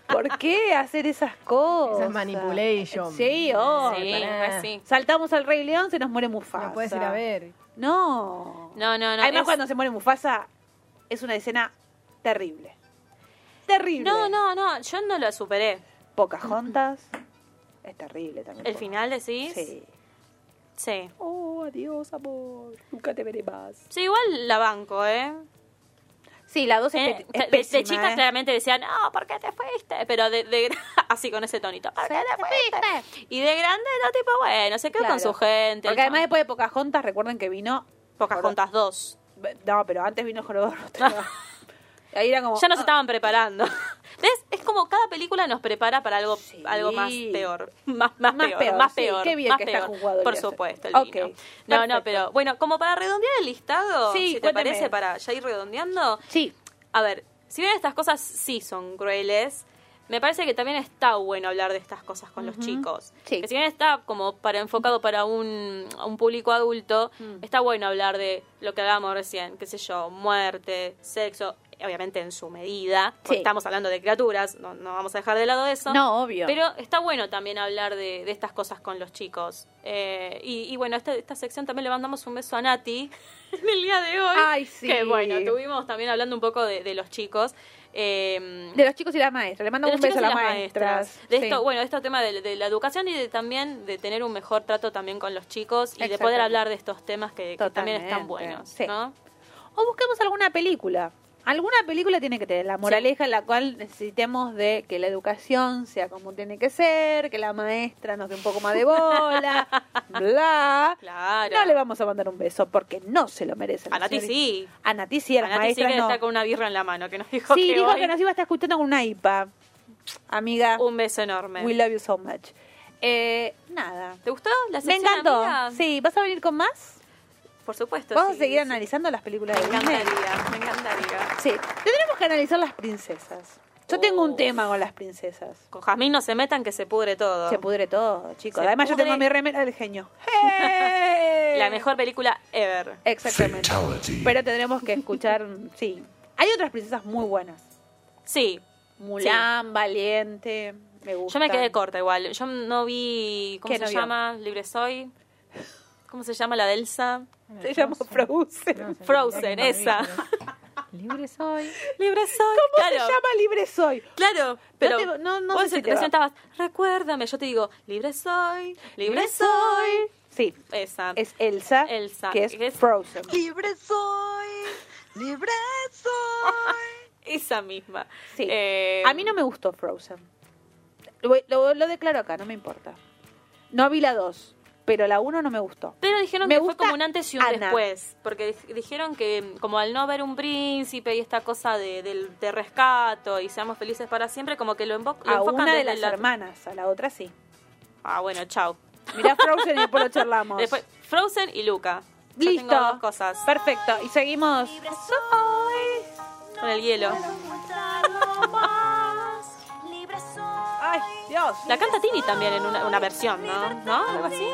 Speaker 2: ¿Por qué hacer esas cosas?
Speaker 4: Esas manipulation.
Speaker 2: Sí, oh,
Speaker 3: Sí,
Speaker 4: pará.
Speaker 3: re sí.
Speaker 2: Saltamos al Rey León, se nos muere Mufasa.
Speaker 4: No puedes ir a ver.
Speaker 2: No.
Speaker 3: No, no, no.
Speaker 2: Además,
Speaker 3: es-
Speaker 2: cuando se muere Mufasa, es una escena terrible. Terrible.
Speaker 3: No, no, no. Yo no lo superé.
Speaker 2: Pocahontas. Es terrible también.
Speaker 3: ¿El final decís?
Speaker 2: Sí.
Speaker 3: Sí.
Speaker 2: Oh, adiós, amor. Nunca te veré más.
Speaker 3: Sí, igual la banco, ¿eh?
Speaker 2: Sí, la 2 es,
Speaker 3: Eh,
Speaker 2: pe-
Speaker 3: de-
Speaker 2: es
Speaker 3: de,
Speaker 2: pésima,
Speaker 3: chicas
Speaker 2: eh.
Speaker 3: claramente decían, no, ¿por qué te fuiste? Pero de, de- así con ese tonito, ¿por qué
Speaker 2: Sí,
Speaker 3: te
Speaker 2: te
Speaker 3: fuiste? Y de grande era tipo, bueno, se quedó
Speaker 2: Claro.
Speaker 3: con su gente.
Speaker 2: Porque además después de Pocahontas, recuerden que vino...
Speaker 3: pocas juntas dos.
Speaker 2: No, pero antes vino Jorobado Rotero. Ahí era como...
Speaker 3: Ya nos
Speaker 2: ah,
Speaker 3: estaban preparando. ¿Ves? Es como cada película nos prepara para algo,
Speaker 2: Sí.
Speaker 3: algo más peor. Más, más,
Speaker 2: Más
Speaker 3: peor,
Speaker 2: peor,
Speaker 3: Más
Speaker 2: sí.
Speaker 3: peor.
Speaker 2: Qué bien
Speaker 3: más
Speaker 2: que está
Speaker 3: peor.
Speaker 2: jugado,
Speaker 3: Por
Speaker 2: Eliezer.
Speaker 3: supuesto, el
Speaker 2: Ok,
Speaker 3: vino. No,
Speaker 2: perfecto.
Speaker 3: no, pero bueno, como para redondear el listado,
Speaker 2: Sí,
Speaker 3: si te
Speaker 2: cuénteme.
Speaker 3: parece, para ya ir redondeando,
Speaker 2: Sí,
Speaker 3: A ver, si bien estas cosas sí son crueles, me parece que también está bueno hablar de estas cosas con los chicos.
Speaker 2: Sí.
Speaker 3: Que si bien está como para enfocado para un, a un público adulto,
Speaker 2: Mm.
Speaker 3: está bueno hablar de lo que hablábamos recién, qué sé yo, muerte, sexo, obviamente en su medida, porque
Speaker 2: Sí.
Speaker 3: estamos hablando de criaturas, no, no vamos a dejar de lado eso.
Speaker 2: No, obvio.
Speaker 3: Pero está bueno también hablar de, de estas cosas con los chicos. Eh, y, y bueno, esta, esta sección también le mandamos un beso a Nati en el día de hoy.
Speaker 2: Ay, sí.
Speaker 3: Que bueno, estuvimos también hablando un poco de, de los chicos. eh,
Speaker 2: de los chicos y las maestras. Le mando
Speaker 3: de
Speaker 2: un
Speaker 3: los
Speaker 2: beso
Speaker 3: chicos
Speaker 2: a
Speaker 3: y
Speaker 2: las
Speaker 3: las
Speaker 2: maestras.
Speaker 3: De
Speaker 2: Sí.
Speaker 3: esto, bueno, este tema de, de la educación y de también de tener un mejor trato también con los chicos y de poder
Speaker 2: Exactamente.
Speaker 3: hablar de estos temas que, que también
Speaker 2: Totalmente,
Speaker 3: están buenos,
Speaker 2: sí.
Speaker 3: ¿no?
Speaker 2: O busquemos alguna película. Alguna película tiene que tener la moraleja en la cual necesitemos de que la educación sea como tiene que ser, que la maestra nos dé un poco más de bola, bla.
Speaker 3: Claro.
Speaker 2: No le vamos a mandar un beso porque no se lo merece.
Speaker 3: A Nati sí.
Speaker 2: A Nati sí, a
Speaker 3: A
Speaker 2: las
Speaker 3: Nati sí
Speaker 2: maestras
Speaker 3: que
Speaker 2: no.
Speaker 3: está con una birra en la mano, que nos dijo
Speaker 2: sí,
Speaker 3: que
Speaker 2: dijo
Speaker 3: hoy-
Speaker 2: que nos iba a estar escuchando con una IPA. Amiga,
Speaker 3: un beso enorme.
Speaker 2: we love you so much. Eh, nada.
Speaker 3: ¿Te gustó la
Speaker 2: Me
Speaker 3: sección,
Speaker 2: encantó.
Speaker 3: amiga?
Speaker 2: Sí, ¿vas a venir con más?
Speaker 3: Por supuesto.
Speaker 2: ¿Vamos
Speaker 3: sí,
Speaker 2: a seguir
Speaker 3: sí.
Speaker 2: analizando las películas
Speaker 3: Me
Speaker 2: de Disney?
Speaker 3: encantaría, me encantaría.
Speaker 2: Sí, tendremos que analizar las princesas. Yo tengo un
Speaker 3: Uf.
Speaker 2: tema con las princesas.
Speaker 3: Con Jazmín no se metan que se pudre todo.
Speaker 2: Se pudre todo, chicos.
Speaker 3: Se
Speaker 2: Además, yo
Speaker 3: pudre-
Speaker 2: tengo mi remera del genio. ¡Hey!
Speaker 3: La mejor película ever.
Speaker 2: Exactamente.
Speaker 1: Fatality.
Speaker 2: Pero tendremos que escuchar. Sí. Hay otras princesas muy buenas.
Speaker 3: Sí.
Speaker 2: Mulan, Valiente. Me gusta.
Speaker 3: Yo me quedé corta igual. Yo no vi. ¿Cómo
Speaker 2: ¿Qué
Speaker 3: se
Speaker 2: no vio?
Speaker 3: llama? Libre Soy. ¿Cómo se llama la de Elsa?
Speaker 2: Se llama Frozen.
Speaker 4: No sé,
Speaker 3: Frozen,
Speaker 4: no sé,
Speaker 3: esa.
Speaker 4: Libre soy.
Speaker 3: Libre Soy.
Speaker 2: ¿Cómo
Speaker 3: claro.
Speaker 2: se llama Libre Soy?
Speaker 3: Claro, pero
Speaker 2: te- no- no
Speaker 3: vos
Speaker 2: sé si
Speaker 3: recién-
Speaker 2: te va.
Speaker 3: recién estabas, recuérdame, yo te digo, libre soy, libre soy.
Speaker 2: Sí.
Speaker 3: Esa.
Speaker 2: Es Elsa,
Speaker 3: Elsa,
Speaker 2: que es,
Speaker 3: que es-
Speaker 2: Frozen.
Speaker 5: Libre soy, libre soy.
Speaker 3: Esa misma.
Speaker 2: Sí.
Speaker 3: Eh,
Speaker 2: A mí no me gustó Frozen. Lo, lo- lo declaro acá, no me importa. No vi la 2, pero la 1 no me gustó.
Speaker 3: Pero dijeron
Speaker 2: Me
Speaker 3: que
Speaker 2: gusta
Speaker 3: fue como un antes y un
Speaker 2: Ana.
Speaker 3: después. Porque dij- dijeron que, mm, como al no haber un príncipe y esta cosa de, del de rescato y seamos felices para siempre, como que lo, embo- lo
Speaker 2: A
Speaker 3: enfocan
Speaker 2: una de
Speaker 3: desde
Speaker 2: las
Speaker 3: la-
Speaker 2: hermanas, a la otra sí.
Speaker 3: Ah, bueno, chao.
Speaker 2: Mirá Frozen y después lo charlamos.
Speaker 3: Después, Frozen y Luca. Yo
Speaker 2: Listo.
Speaker 3: tengo dos cosas.
Speaker 2: Perfecto. Y seguimos.
Speaker 5: Libre soy,
Speaker 3: Con el hielo.
Speaker 5: puedo ocultarlo más. Libre soy.
Speaker 2: Ay, Dios.
Speaker 3: La canta Tini también en una, una versión, ¿no? ¿No? ¿Algo así?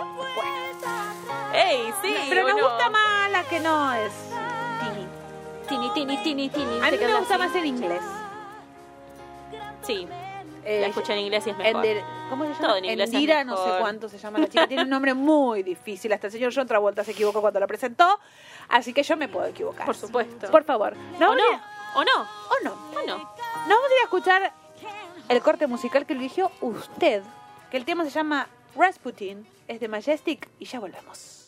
Speaker 3: ¡Ey, sí!
Speaker 2: pero me
Speaker 3: uno-
Speaker 2: gusta más la que no es. Tini.
Speaker 3: Tini, Tini, Tini, Tini.
Speaker 2: A mí
Speaker 3: ¿viste que
Speaker 2: me
Speaker 3: habla
Speaker 2: gusta
Speaker 3: así?
Speaker 2: más en inglés.
Speaker 3: Sí,
Speaker 2: Eh,
Speaker 3: la escuché en inglés y es
Speaker 2: en
Speaker 3: mejor.
Speaker 2: del- ¿Cómo se llama?
Speaker 3: Todo en inglés es
Speaker 2: Endira, no sé
Speaker 3: mejor.
Speaker 2: cuánto se llama la chica. Tiene un nombre muy difícil. Hasta el señor John Travolta se equivocó cuando la presentó. Así que yo me puedo equivocar.
Speaker 3: Por supuesto.
Speaker 2: Por favor. ¿No
Speaker 3: ¿O no?
Speaker 2: vamos
Speaker 3: ¿O no?
Speaker 2: a- ¿O no?
Speaker 3: ¿O no?
Speaker 2: Nos vamos a ir a escuchar el corte musical que eligió usted. Que el tema se llama Rasputin. Es de Majestic. Y ya volvemos.